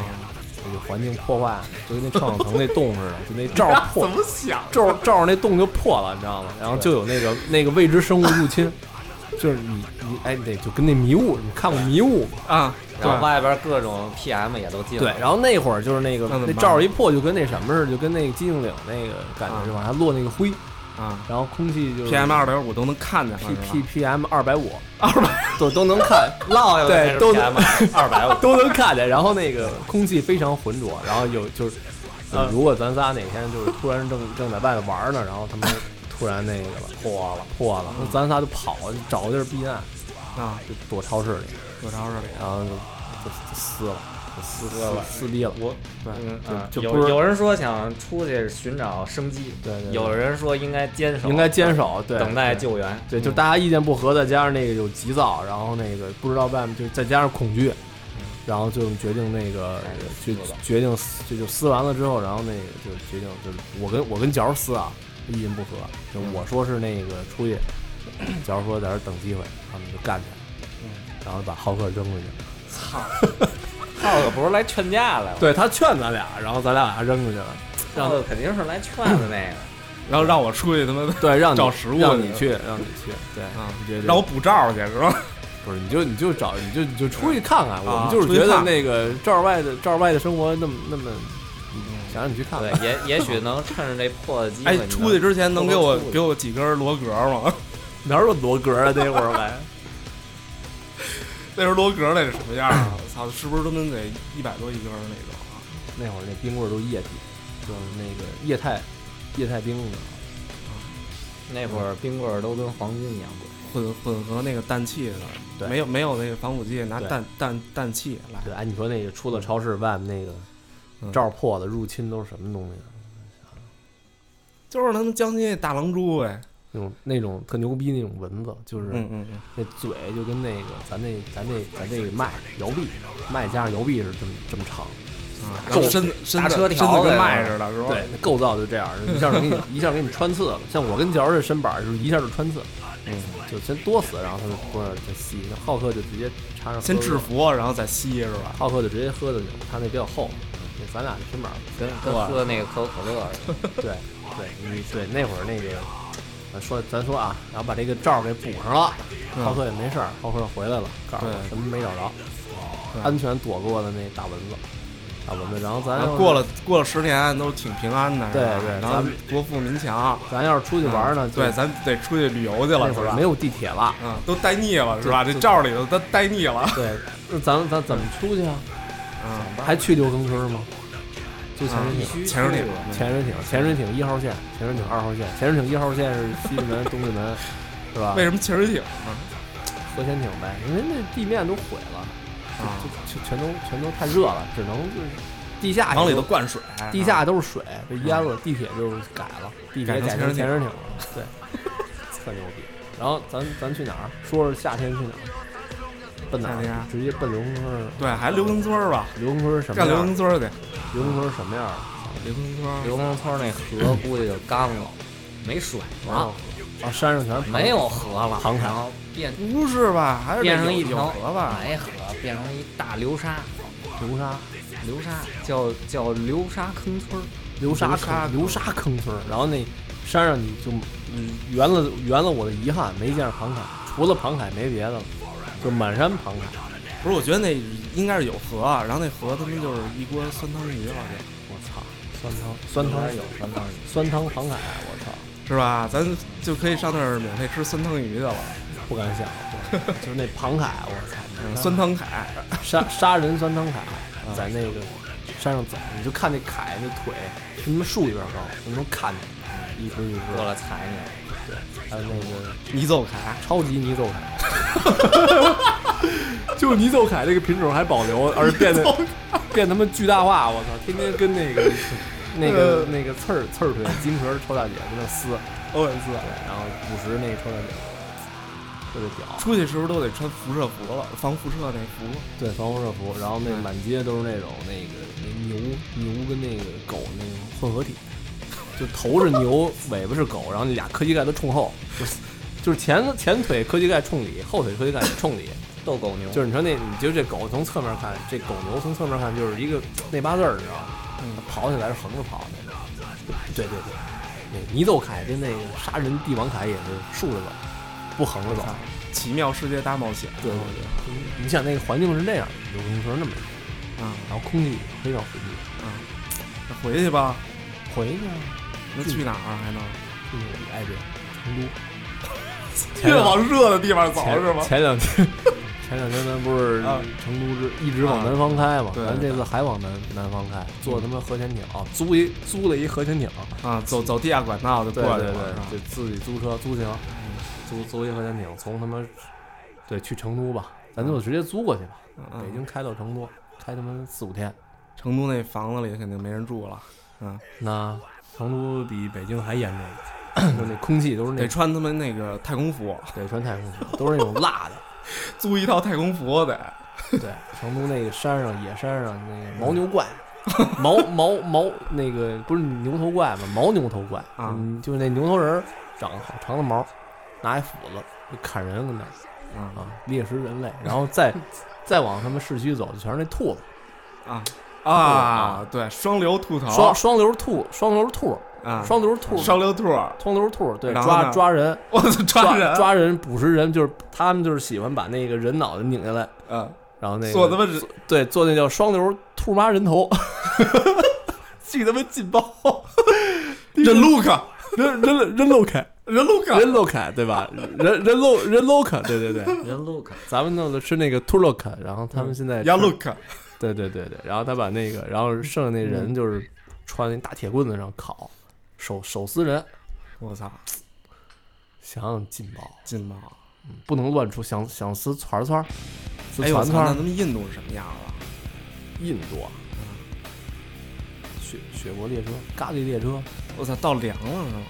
Speaker 1: 那个环境破坏，就跟那臭氧层那洞似的， 就那罩儿破，
Speaker 3: 想？
Speaker 1: 照照着那洞就破了，你知道吗？然后就有那个那个未知生物入侵， 就是你你哎，对，就跟那迷雾，你看过迷雾吗？
Speaker 3: 啊，
Speaker 2: 然后
Speaker 3: 对
Speaker 2: 外边各种 PM 也都进
Speaker 1: 对
Speaker 2: 了，，
Speaker 1: 然后那会儿就是那个
Speaker 3: 那怎么
Speaker 1: 那
Speaker 3: 办
Speaker 1: 罩一破，就跟那什么似的，就跟那个寂静岭那个感觉，就往下落那个灰，
Speaker 3: 啊
Speaker 1: 然后空气就
Speaker 3: ，PM 二点五都能看见了
Speaker 1: P
Speaker 3: 是吧
Speaker 1: P P M 二百五，二百都都能看，
Speaker 2: 落下
Speaker 1: 对
Speaker 2: 来
Speaker 1: 都，
Speaker 2: PM 二百五
Speaker 1: 都能看见。然后那个空气非常浑浊，然后有就是，呃如果咱仨哪天就是突然正正在外头玩呢，然后他们突然那个了破了破了，那咱仨就跑，找个地儿避难，
Speaker 3: 啊，
Speaker 1: 就躲超市里，
Speaker 3: 有招是
Speaker 1: 然后就就就撕了，就撕撕撕逼了。
Speaker 2: 我
Speaker 3: 对
Speaker 2: 嗯，
Speaker 1: 就不
Speaker 2: 有
Speaker 1: 是
Speaker 2: 有人说想出去寻找生机，
Speaker 1: 对对对
Speaker 2: 有人说应该坚守，
Speaker 1: 应该坚守，对，
Speaker 2: 等待救援，
Speaker 1: 对，就大家意见不合，再加上那个有急躁，然后那个不知道外面，就再加上恐惧，然后就决定那个决决定撕这就撕完了之后，然后那个就决定就是我跟我跟角儿撕啊，意见不合，就我说是那个出去，角儿说在这儿等机会，他们就干起来，然后把浩克扔出去，
Speaker 2: 浩哥不是来劝架来了，
Speaker 1: 对他劝咱俩，然后咱俩把他扔出去了，
Speaker 2: 浩哥肯定是来劝的那个。
Speaker 3: 然后让我出去他妈
Speaker 1: 对，让你
Speaker 3: 找食物
Speaker 1: 让
Speaker 3: 去
Speaker 1: 你去，让你去，对，
Speaker 3: 啊
Speaker 1: 对，对
Speaker 3: 让我补照去是吧？
Speaker 1: 不是，你就你就找，你就你就嗯出去看看。我
Speaker 3: 啊
Speaker 1: 们就是
Speaker 3: 出去
Speaker 1: 觉得
Speaker 3: 看
Speaker 1: 那个照儿外的照儿外的生活那么那么，嗯想让你去看
Speaker 2: 对
Speaker 1: 看。，
Speaker 2: 也也许能趁着这破的机会
Speaker 3: 哎
Speaker 2: 你，能，
Speaker 3: 出去之前能给我
Speaker 2: 偷偷出去
Speaker 3: 给我几根罗格吗？
Speaker 1: 哪有罗格啊？那会儿还
Speaker 3: 那时候罗格那是什么样啊？我操，是不是都能得一百多一根儿那种啊？
Speaker 1: 那会儿那冰棍儿都液体，就是那个液态液态冰的。
Speaker 2: 那会儿冰棍儿都跟黄金一样贵，
Speaker 3: 混混合那个氮气的，
Speaker 1: 对
Speaker 3: 没有没有那个防腐剂，拿
Speaker 1: 对
Speaker 3: 氮氮氮气来
Speaker 1: 嗯对，哎，你说那个出了超市外面那个
Speaker 3: 嗯
Speaker 1: 罩儿破的入侵都是什么东西啊？
Speaker 3: 就是他们江西那大狼蛛呗。
Speaker 1: 那种那种特牛逼那种蚊子，就是
Speaker 3: 嗯嗯嗯，
Speaker 1: 那嘴就跟那个咱那咱那咱这个麦摇臂，麦加上摇臂是这么这么长，
Speaker 3: 然后身子身
Speaker 2: 大
Speaker 3: 子
Speaker 2: 车
Speaker 3: 身
Speaker 2: 条呗
Speaker 3: 子跟麦似的，是吧？
Speaker 1: 对，那构造就这样，一下就给你一下给你穿刺了。像我跟角儿这身板儿就是一下就穿刺，嗯，就先多死，然后他就多少再吸，那浩克就直接插上，
Speaker 3: 先制，服，然后再吸，是吧？
Speaker 1: 浩克就直接喝的酒，他那比较厚，那咱俩这身板儿
Speaker 2: 跟跟喝的那个可口可乐 似的。
Speaker 1: 对对，你对那会儿那个，咱说咱说啊，然后把这个罩儿给补上了，浩克也没事儿，浩克回来了，告诉我
Speaker 3: 嗯对
Speaker 1: 什么没找着，
Speaker 3: 对
Speaker 1: 安全躲过了那大蚊子，大蚊子，然后咱
Speaker 3: 然
Speaker 1: 要是
Speaker 3: 后啊过了过了十年都挺平安的，是吧
Speaker 1: 嗯对对
Speaker 3: 然后
Speaker 1: 咱们
Speaker 3: 国富民强，
Speaker 1: 咱要是出去玩儿呢，就
Speaker 3: 嗯对，咱得出去旅游去了，
Speaker 1: 那
Speaker 3: 是
Speaker 1: 会
Speaker 3: 吧
Speaker 1: 儿？没有地铁了，
Speaker 3: 嗯，都待腻了，是吧？这罩里头都待腻了，
Speaker 1: 对，那咱咱怎么出去啊？
Speaker 3: 嗯，
Speaker 1: 还去六坑村吗？就潜水
Speaker 3: 嗯
Speaker 1: 艇。
Speaker 3: 潜水艇，
Speaker 1: 潜水艇，潜水艇一号线，潜水艇二号线，潜水艇一号线是西直门、东直门，是吧？
Speaker 3: 为什么潜水艇呢？
Speaker 1: 核潜艇呗，因为那地面都毁了，
Speaker 3: 啊，
Speaker 1: 就就全都全都太热了，只能就是地下
Speaker 3: 往里
Speaker 1: 也
Speaker 3: 头
Speaker 1: 都
Speaker 3: 灌水，啊
Speaker 1: 地下都是水，被淹了。地铁就是改了，地铁
Speaker 3: 改成
Speaker 1: 改成潜
Speaker 3: 潜
Speaker 1: 水
Speaker 3: 水
Speaker 1: 艇了，对， 特牛逼。然后咱咱去哪儿？说说夏天去哪儿？奔哪
Speaker 3: 夏天啊
Speaker 1: 儿？直接奔流坑村儿。
Speaker 3: 对，还刘根村儿吧，
Speaker 1: 流坑村儿什么
Speaker 3: 干刘
Speaker 1: 样
Speaker 3: 根？村儿去，
Speaker 1: 流坑村儿什么样儿？
Speaker 3: 刘根村儿
Speaker 2: 刘公村那河估计就干了，没水了，
Speaker 1: 啊，山上全是
Speaker 2: 没有河了，哦
Speaker 1: 航海
Speaker 2: 然后变
Speaker 3: 不是吧？还是
Speaker 2: 变成一
Speaker 3: 有
Speaker 2: 条
Speaker 3: 河吧？
Speaker 2: 白河，变成一大流沙，
Speaker 1: 流沙，
Speaker 2: 流沙叫叫流沙坑村儿。
Speaker 1: 流沙
Speaker 3: 沙
Speaker 1: 坑，流沙坑村儿。然后那山上你就嗯圆了圆了我的遗憾，没见着庞凯，除了庞凯没别的了，就满山庞凯。
Speaker 3: 不是，我觉得那应该是有河，然后那河他们就是一锅酸汤鱼了，
Speaker 1: 我操，酸汤酸汤有酸汤酸汤庞凯，啊我操，
Speaker 3: 是吧？咱就可以上那儿免费吃酸汤鱼去了，
Speaker 1: 不敢想， 就是那庞凯，啊我操，
Speaker 3: 嗯酸汤凯，
Speaker 1: 杀杀人酸汤凯，啊在那个山上走，你就看那凯那腿比他妈树一边高，你能看见，一根一
Speaker 2: 过
Speaker 1: 根，
Speaker 2: 来踩你，
Speaker 1: 还有那个
Speaker 3: 泥奏 凯，
Speaker 1: 超级泥奏凯， 就泥奏凯这个品种还保留，而且变得变他妈巨大化，我操，天天跟那 个那个那个刺儿刺儿腿金壳臭大姐在那撕，
Speaker 3: 欧文斯。
Speaker 1: 对，然后五十那个臭大姐特别屌，
Speaker 3: 出去是不是都得穿辐射服了？防辐射那服？
Speaker 1: 对，防辐射服，然后那满街都是那种那个那牛牛跟那个狗那种混合体，就头是牛，尾巴是狗，然后那俩科技盖都冲后，就是就是前前腿科技盖冲里，后腿科技盖也冲里，
Speaker 2: 斗狗牛，
Speaker 1: 就是你说那你就这狗从侧面看，这狗牛从侧面看就是一个内八字儿，你知道吗？它跑起来是横着跑的那种。嗯对对对，那泥豆凯跟那个杀人帝王凯也是竖着走，不横着走。
Speaker 3: 啊奇妙世界大冒险。
Speaker 1: 对对
Speaker 3: 我觉
Speaker 1: 对，你想那个环境是那样，有跟你说那么热，
Speaker 3: 得啊，
Speaker 1: 然后空气非常回避，
Speaker 3: 那回去吧。
Speaker 1: 回去啊，
Speaker 3: 那去哪儿啊还能？
Speaker 1: 去哎对，成 都。
Speaker 3: 越往热的地方走
Speaker 1: 前
Speaker 3: 是吗？
Speaker 1: 前两天，前两天咱不是
Speaker 3: 啊
Speaker 1: 成都之一直往南方开嘛，
Speaker 3: 对
Speaker 1: 咱这次还往南南方开，坐他妈核潜艇，租一租了一核潜艇，
Speaker 3: 啊，走走地下管道就
Speaker 1: 对
Speaker 3: 过去
Speaker 1: 对
Speaker 3: 了。是吧
Speaker 1: 对，就自己租车租行，租租一核潜艇从他妈，对，去成都吧，咱就直接租过去吧，
Speaker 3: 嗯
Speaker 1: 北京开到成都，开他妈四五天，
Speaker 3: 成都那房子里肯定没人住了，
Speaker 1: 那成都比北京还严重，就那空气都是那
Speaker 3: 得穿他们那个太空服，
Speaker 1: 得穿太空服，都是那种辣的。
Speaker 3: 租一套太空服得。
Speaker 1: 对，成都那个山上野山上那个牦牛怪，牦牦牦那个不是牛头怪吗？牦牛头怪
Speaker 3: 啊
Speaker 1: 嗯，就是那牛头人儿长得好长的毛，拿一斧子就砍人跟那儿
Speaker 3: 啊
Speaker 1: 啊，猎食人类，然后 再再往他们市区走，就全是那兔子，
Speaker 3: 啊
Speaker 1: 啊
Speaker 3: 啊！对，双流兔头，
Speaker 1: 双双流兔，双流兔，
Speaker 3: 哦啊
Speaker 1: 双流兔，
Speaker 3: 双流兔，
Speaker 1: 双流兔，对，
Speaker 3: 然后呢
Speaker 1: 抓抓人，
Speaker 3: 我操，
Speaker 1: 抓
Speaker 3: 人，啊
Speaker 1: 抓人捕食人，就是他们就是喜欢把那个人脑袋拧下来，
Speaker 3: 嗯，
Speaker 1: 然后那个
Speaker 3: 做他妈人
Speaker 1: 对，做那叫双流兔妈人头，巨他妈劲爆，
Speaker 3: 人 look
Speaker 1: 人人人漏开，
Speaker 3: 人 look，
Speaker 1: 人漏开，对吧？人人漏人漏开，对对对，
Speaker 2: 人 look
Speaker 1: 咱们弄的是那个兔 look，然后他们现在
Speaker 3: 要 look，
Speaker 1: 对对对对，然后他把那个，然后剩下那人就是穿那大铁棍子上烤，手手撕人，
Speaker 3: 我操，
Speaker 1: 想想劲爆，
Speaker 3: 劲爆！
Speaker 1: 不能乱出，想想撕串儿串儿，撕串
Speaker 3: 哎呦，
Speaker 1: 儿
Speaker 3: 我操，
Speaker 1: 串
Speaker 3: 那
Speaker 1: 儿
Speaker 3: 他，们印度是什么样了？
Speaker 1: 印度啊，雪雪国列车、咖喱列车、
Speaker 3: 我操，到凉了是吗？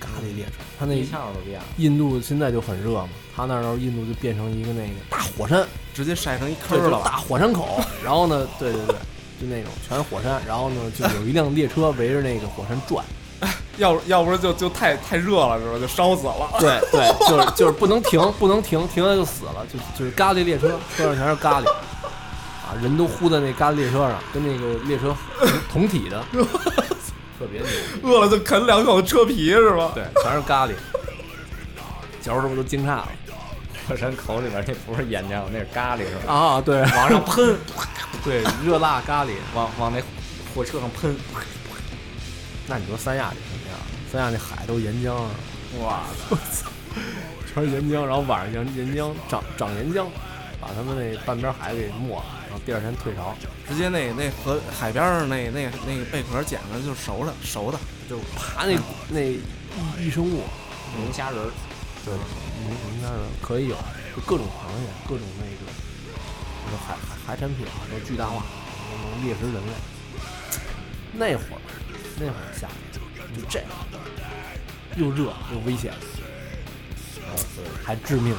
Speaker 1: 咖喱列车，它那
Speaker 2: 一下都不一样。
Speaker 1: 印度现在就很热嘛，它那儿到印度就变成一个那个大火山，
Speaker 3: 直接晒成一
Speaker 1: 对，
Speaker 3: 坑
Speaker 1: 就
Speaker 3: 儿
Speaker 1: 是
Speaker 3: 了吧？
Speaker 1: 大火山口。然后呢， 对对对，就那种全是火山。然后呢，就有一辆列车围着那个火山转。
Speaker 3: 要不要不是就就太太热了是吧？就烧死了。
Speaker 1: 对对，就是就是不能停，不能停，停了就死了，就就是咖喱列车，车上全是咖喱，啊，人都呼在那咖喱列车上，跟那个列车同体 的，特别牛逼，
Speaker 3: 饿了就啃两口车皮是吧？
Speaker 1: 对，全是啊咖喱，小时候都惊诧了
Speaker 2: 火山口里边那不是岩浆，那是咖喱是吧？
Speaker 1: 啊，对，
Speaker 2: 往上喷，
Speaker 1: 对，热辣咖喱，
Speaker 2: 往往那火车上喷，
Speaker 1: 那你说三亚得什么样？三亚那海都是岩浆啊，
Speaker 2: 哇！
Speaker 1: 全是岩浆，然后晚上岩岩浆 长长岩浆，把他们那半边海给没了，然后第二天退潮，
Speaker 3: 直接那那河海边上那那那个贝壳捡了就熟的熟的，
Speaker 1: 就爬那那一生物。
Speaker 2: 龙虾仁儿，
Speaker 1: 对，应应该是可以有，就各种螃蟹，各种那个，就是海海海产品啊都巨大化，能能猎食人类。那会儿，那会儿夏天就这样，又热又危险，然后还致命。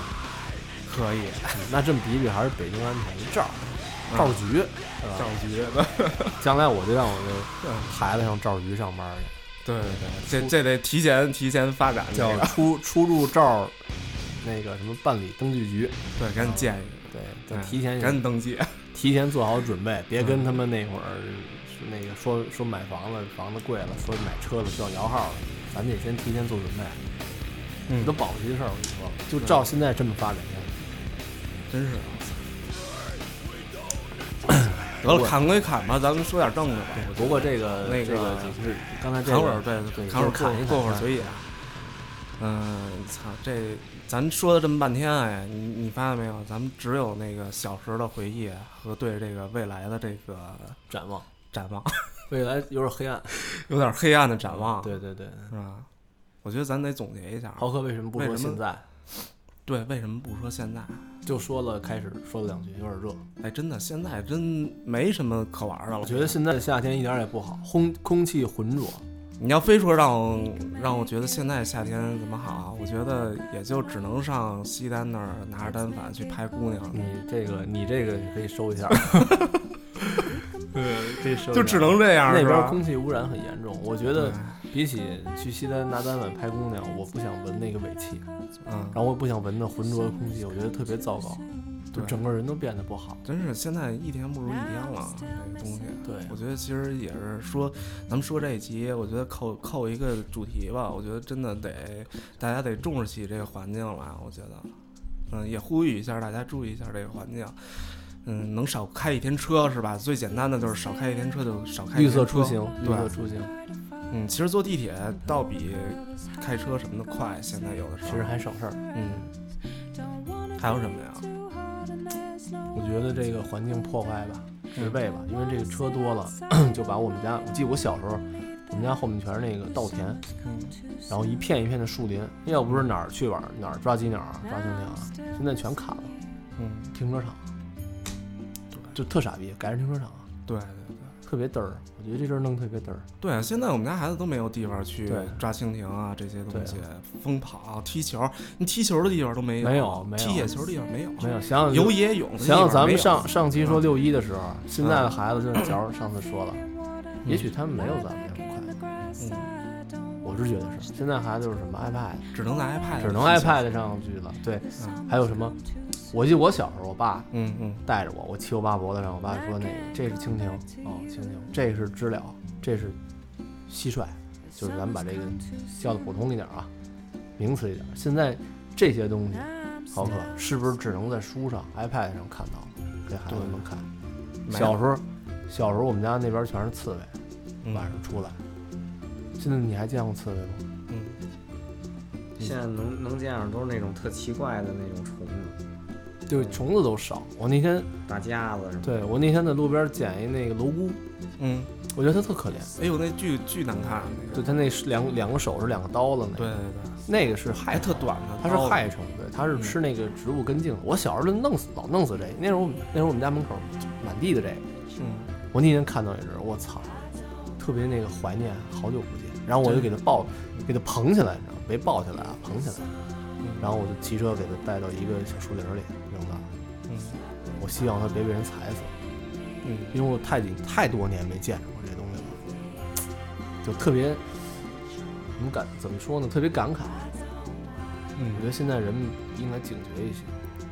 Speaker 3: 可以
Speaker 1: 嗯那这么比比还是北京安全，一罩儿
Speaker 3: 嗯
Speaker 1: 罩儿局，是吧？
Speaker 3: 局的。
Speaker 1: 将来我就让我这孩子上罩儿局上班去，
Speaker 3: 对对对，这这得提前提前发展这
Speaker 1: 叫
Speaker 3: 个，
Speaker 1: 出出入罩儿那个什么办理登记局，
Speaker 3: 对，赶紧建一
Speaker 1: 对，
Speaker 3: 个，
Speaker 1: 咱
Speaker 3: 对
Speaker 1: 提前
Speaker 3: 嗯赶紧嗯登记。
Speaker 1: 提前做好准备，别跟他们那会儿是那个说说买房子房子贵了，说买车了需要摇号了，咱得先提前做准备，
Speaker 3: 嗯
Speaker 1: 都保不齐的事儿。我跟你说，就照现在这么发展下去，
Speaker 3: 真是。得了，砍归砍吧，咱们说点正的吧。
Speaker 1: 不过这个
Speaker 3: 那个
Speaker 1: 这个就是刚才这
Speaker 3: 砍会儿，
Speaker 1: 个
Speaker 3: 对
Speaker 1: 对
Speaker 3: 砍会儿
Speaker 1: 就是砍一砍
Speaker 3: 过过会儿嘴瘾。嗯，操，这咱说了这么半天，哎，你你发现没有？咱们只有那个小时候的回忆和对这个未来的这个
Speaker 1: 展望，
Speaker 3: 展 望，
Speaker 1: 未来有点黑暗，
Speaker 3: 有点黑暗的展望，
Speaker 1: 对对对，
Speaker 3: 是吧？我觉得咱得总结一下，
Speaker 1: 豪哥为什么不说
Speaker 3: 为什么
Speaker 1: 现在？
Speaker 3: 对，为什么不说现在？
Speaker 1: 就说了开始说了两句，有点热。
Speaker 3: 哎，真的，现在真没什么可玩的了。
Speaker 1: 我觉得现在的夏天一点儿也不好，空空气浑浊，
Speaker 3: 你要非说让我让我觉得现在夏天怎么好，我觉得也就只能上西单那儿拿着单反去拍姑娘，
Speaker 1: 你这个你这个可以收一下， 对，可以收一下，
Speaker 3: 就只能这样。
Speaker 1: 那
Speaker 3: 是
Speaker 1: 边
Speaker 3: 吧
Speaker 1: 空气污染很严重，我觉得比起去西单拿单反拍姑娘，我不想闻那个尾气，
Speaker 3: 嗯，
Speaker 1: 然后我也不想闻那浑浊的空气，我觉得特别糟糕，就
Speaker 3: 对
Speaker 1: 整个人都变得不好。
Speaker 3: 真是现在一天不如一天了，这个东西。
Speaker 1: 对
Speaker 3: 我觉得其实也是说，咱们说这一集，我觉得扣扣一个主题吧，我觉得真的得大家得重视起这个环境了，我觉得，嗯，也呼吁一下大家注意一下这个环境。嗯，能少开一天车是吧？最简单的就是少开一天车就少开
Speaker 1: 绿
Speaker 3: 一天车。
Speaker 1: 色出行，绿
Speaker 3: 对
Speaker 1: 色出行，
Speaker 3: 嗯，其实坐地铁倒比开车什么的快，现在有的时候。
Speaker 1: 其实嗯还省事儿。
Speaker 3: 嗯，还有什么呀？
Speaker 1: 我觉得这个环境破坏吧，
Speaker 3: 嗯
Speaker 1: 十倍吧，因为这个车多了，就把我们家，我记得我小时候，我们家后面全是那个稻田，
Speaker 3: 嗯，
Speaker 1: 然后一片一片的树林，要不是哪儿去玩儿哪儿抓鸡鸟啊，抓蜻蜓啊，现在全砍了，
Speaker 3: 嗯，
Speaker 1: 停车场，就特傻逼，改成停车场啊。
Speaker 3: 对对对。
Speaker 1: 特别嘚儿，我觉得这阵儿弄特别嘚儿。
Speaker 3: 对啊，现在我们家孩子都没有地方去
Speaker 1: 对
Speaker 3: 抓蜻蜓啊，这些东
Speaker 1: 对
Speaker 3: 西，疯跑、踢球，你踢球的地方都没有，
Speaker 1: 没有没有
Speaker 3: 踢野球的地方没有，
Speaker 1: 没有，想想
Speaker 3: 游野泳的地
Speaker 1: 想想
Speaker 3: 方
Speaker 1: 咱
Speaker 3: 没
Speaker 1: 们
Speaker 3: 有嗯
Speaker 1: 上上期说六一的时候，现在的孩子就是，假如上次说了，也许他们没有咱们那么快。
Speaker 3: 嗯，
Speaker 1: 我是觉得是，现在孩子就是什么 iPad，
Speaker 3: 只能在 iPad，
Speaker 1: 哎只能
Speaker 3: 上下
Speaker 1: iPad 上去了。对
Speaker 3: 嗯，
Speaker 1: 还有什么？我记得我小时候，我爸
Speaker 3: 嗯嗯，
Speaker 1: 带着我，我骑我爸脖子上，我爸说那个这是蜻蜓，哦，蜻蜓，这是知了，这是蟋蟀，就是咱们把这个叫的普通一点啊，名词一点。现在这些东西，好可是不是只能在书上、iPad 上看到？给孩子们看。
Speaker 3: 没
Speaker 1: 小
Speaker 3: 有
Speaker 1: 时候，小时候我们家那边全是刺猬，
Speaker 3: 嗯
Speaker 1: 晚上出来。现在你还见过刺猬吗？
Speaker 3: 嗯，
Speaker 2: 现在能能见着都是那种特奇怪的那种虫子，
Speaker 1: 对，虫子都少。我那天，
Speaker 2: 大夹子什么的。
Speaker 1: 对我那天在路边捡一那个罗姑，
Speaker 3: 嗯，
Speaker 1: 我觉得它特可怜。
Speaker 3: 哎呦，那巨巨难看，啊那
Speaker 1: 就
Speaker 3: 个，
Speaker 1: 它那是两两个手是两个刀子那
Speaker 3: 对
Speaker 1: 个，
Speaker 3: 对对，
Speaker 1: 那个是害
Speaker 3: 还特短呢，
Speaker 1: 它是害虫，对，它是吃那个植物根茎的。我小时候就弄死，老弄死这个。那时候我们那时候我们家门口满地的这个，
Speaker 3: 嗯，
Speaker 1: 我那天看到一只，我操，特别那个怀念，好久不见。然后我就给他抱，给他捧起来，你知道吗？没抱起来啊，捧起来。然后我就骑车给他带到一个小树林里扔到，
Speaker 3: 嗯
Speaker 1: 我希望他别被人踩死，
Speaker 3: 嗯
Speaker 1: 因为我太紧太多年没见着过这东西了，就特别怎么感怎么说呢？特别感慨。我觉
Speaker 3: 嗯，
Speaker 1: 得现在人们应该警觉一些，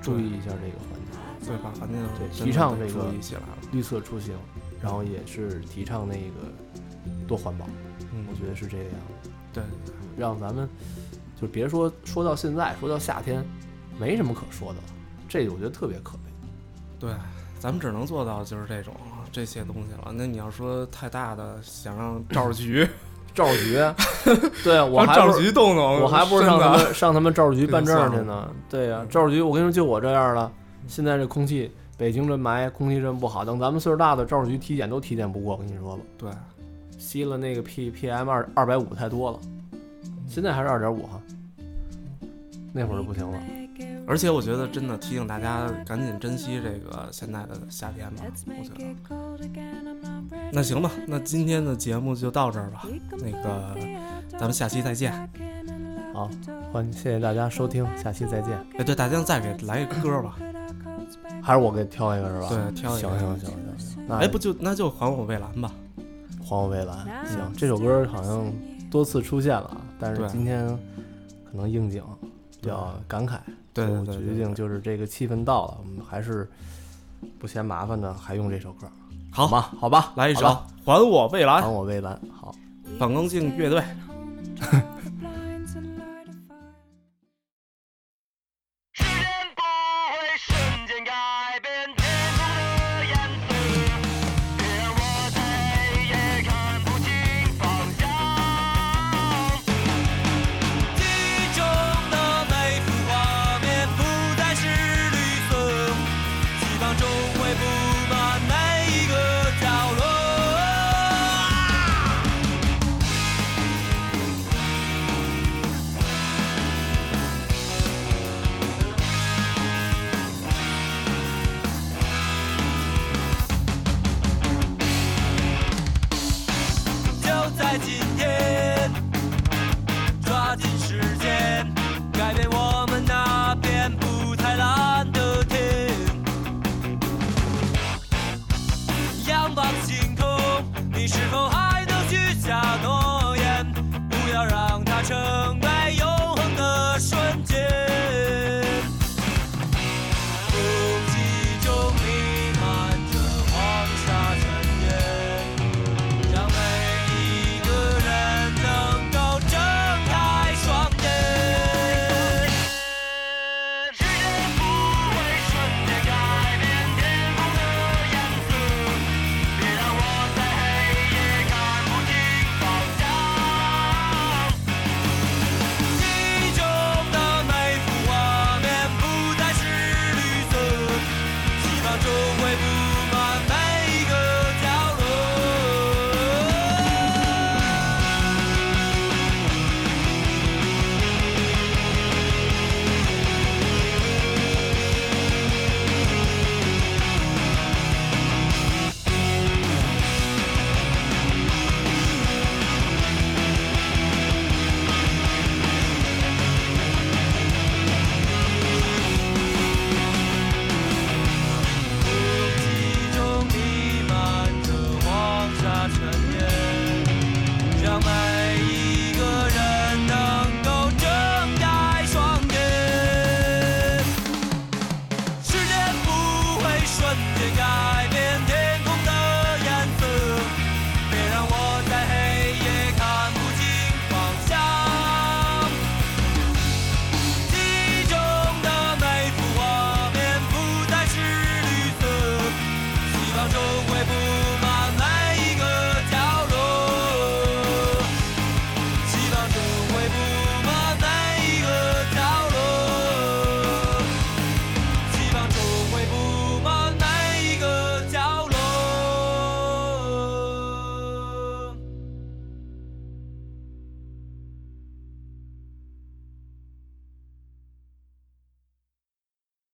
Speaker 1: 注意一下这个环境。
Speaker 3: 对，把环境
Speaker 1: 对
Speaker 3: 真的
Speaker 1: 提倡
Speaker 3: 得
Speaker 1: 这个
Speaker 3: 注意起来了。
Speaker 1: 绿色出行，然后也是提倡那个多环保，
Speaker 3: 嗯
Speaker 1: 我，觉得是这个样子，
Speaker 3: 对，
Speaker 1: 让咱们就别说说到现在，说到夏天，没什么可说的了，这我觉得特别可悲。
Speaker 3: 对，咱们只能做到就是这种这些东西了。那你要说太大的，想 让赵世菊，
Speaker 1: 赵局，对啊我
Speaker 3: 让
Speaker 1: 还
Speaker 3: 赵
Speaker 1: 不
Speaker 3: 世
Speaker 1: 是
Speaker 3: 菊动动，
Speaker 1: 我还不是
Speaker 3: 身
Speaker 1: 上他
Speaker 3: 子
Speaker 1: 们上他们赵 局办证
Speaker 3: 这
Speaker 1: 去
Speaker 3: 就算
Speaker 1: 呢？对呀、赵局，我跟你说，就我这样了，现在这空气，北京这霾，空气真不好。等咱们岁数大的，赵局体检都体检不过，我跟你说吧。
Speaker 3: 对，
Speaker 1: 吸了那个 P P M 二二百五太多了，现在还是二点五哈，那会儿就不行了。
Speaker 3: 而且我觉得真的提醒大家赶紧珍惜这个现在的夏天吧，我觉得。那行吧，那今天的节目就到这儿吧，那个咱们下期再见。
Speaker 1: 好，欢谢谢大家收听，下期再见。
Speaker 3: 哎，对，大家再给来一个歌吧，
Speaker 1: 还是我给挑一个是吧？
Speaker 3: 对，挑一
Speaker 1: 行
Speaker 3: 个。
Speaker 1: 行行行行，那
Speaker 3: 哎，不就那就还我蔚蓝吧。
Speaker 1: 还我蔚蓝。行，这首歌好像多次出现了啊，但是
Speaker 3: 对
Speaker 1: 今天可能应景，比较感慨。
Speaker 3: 对对
Speaker 1: 我
Speaker 3: 对
Speaker 1: 决
Speaker 3: 对，
Speaker 1: 定就是这个气氛到了，我们还是不嫌麻烦的，还用这首歌。
Speaker 3: 好
Speaker 1: 吧，好吧，
Speaker 3: 来一首
Speaker 1: 好
Speaker 3: 《还我蔚蓝
Speaker 1: 还》，我蔚蓝。好，
Speaker 3: 反光镜乐队。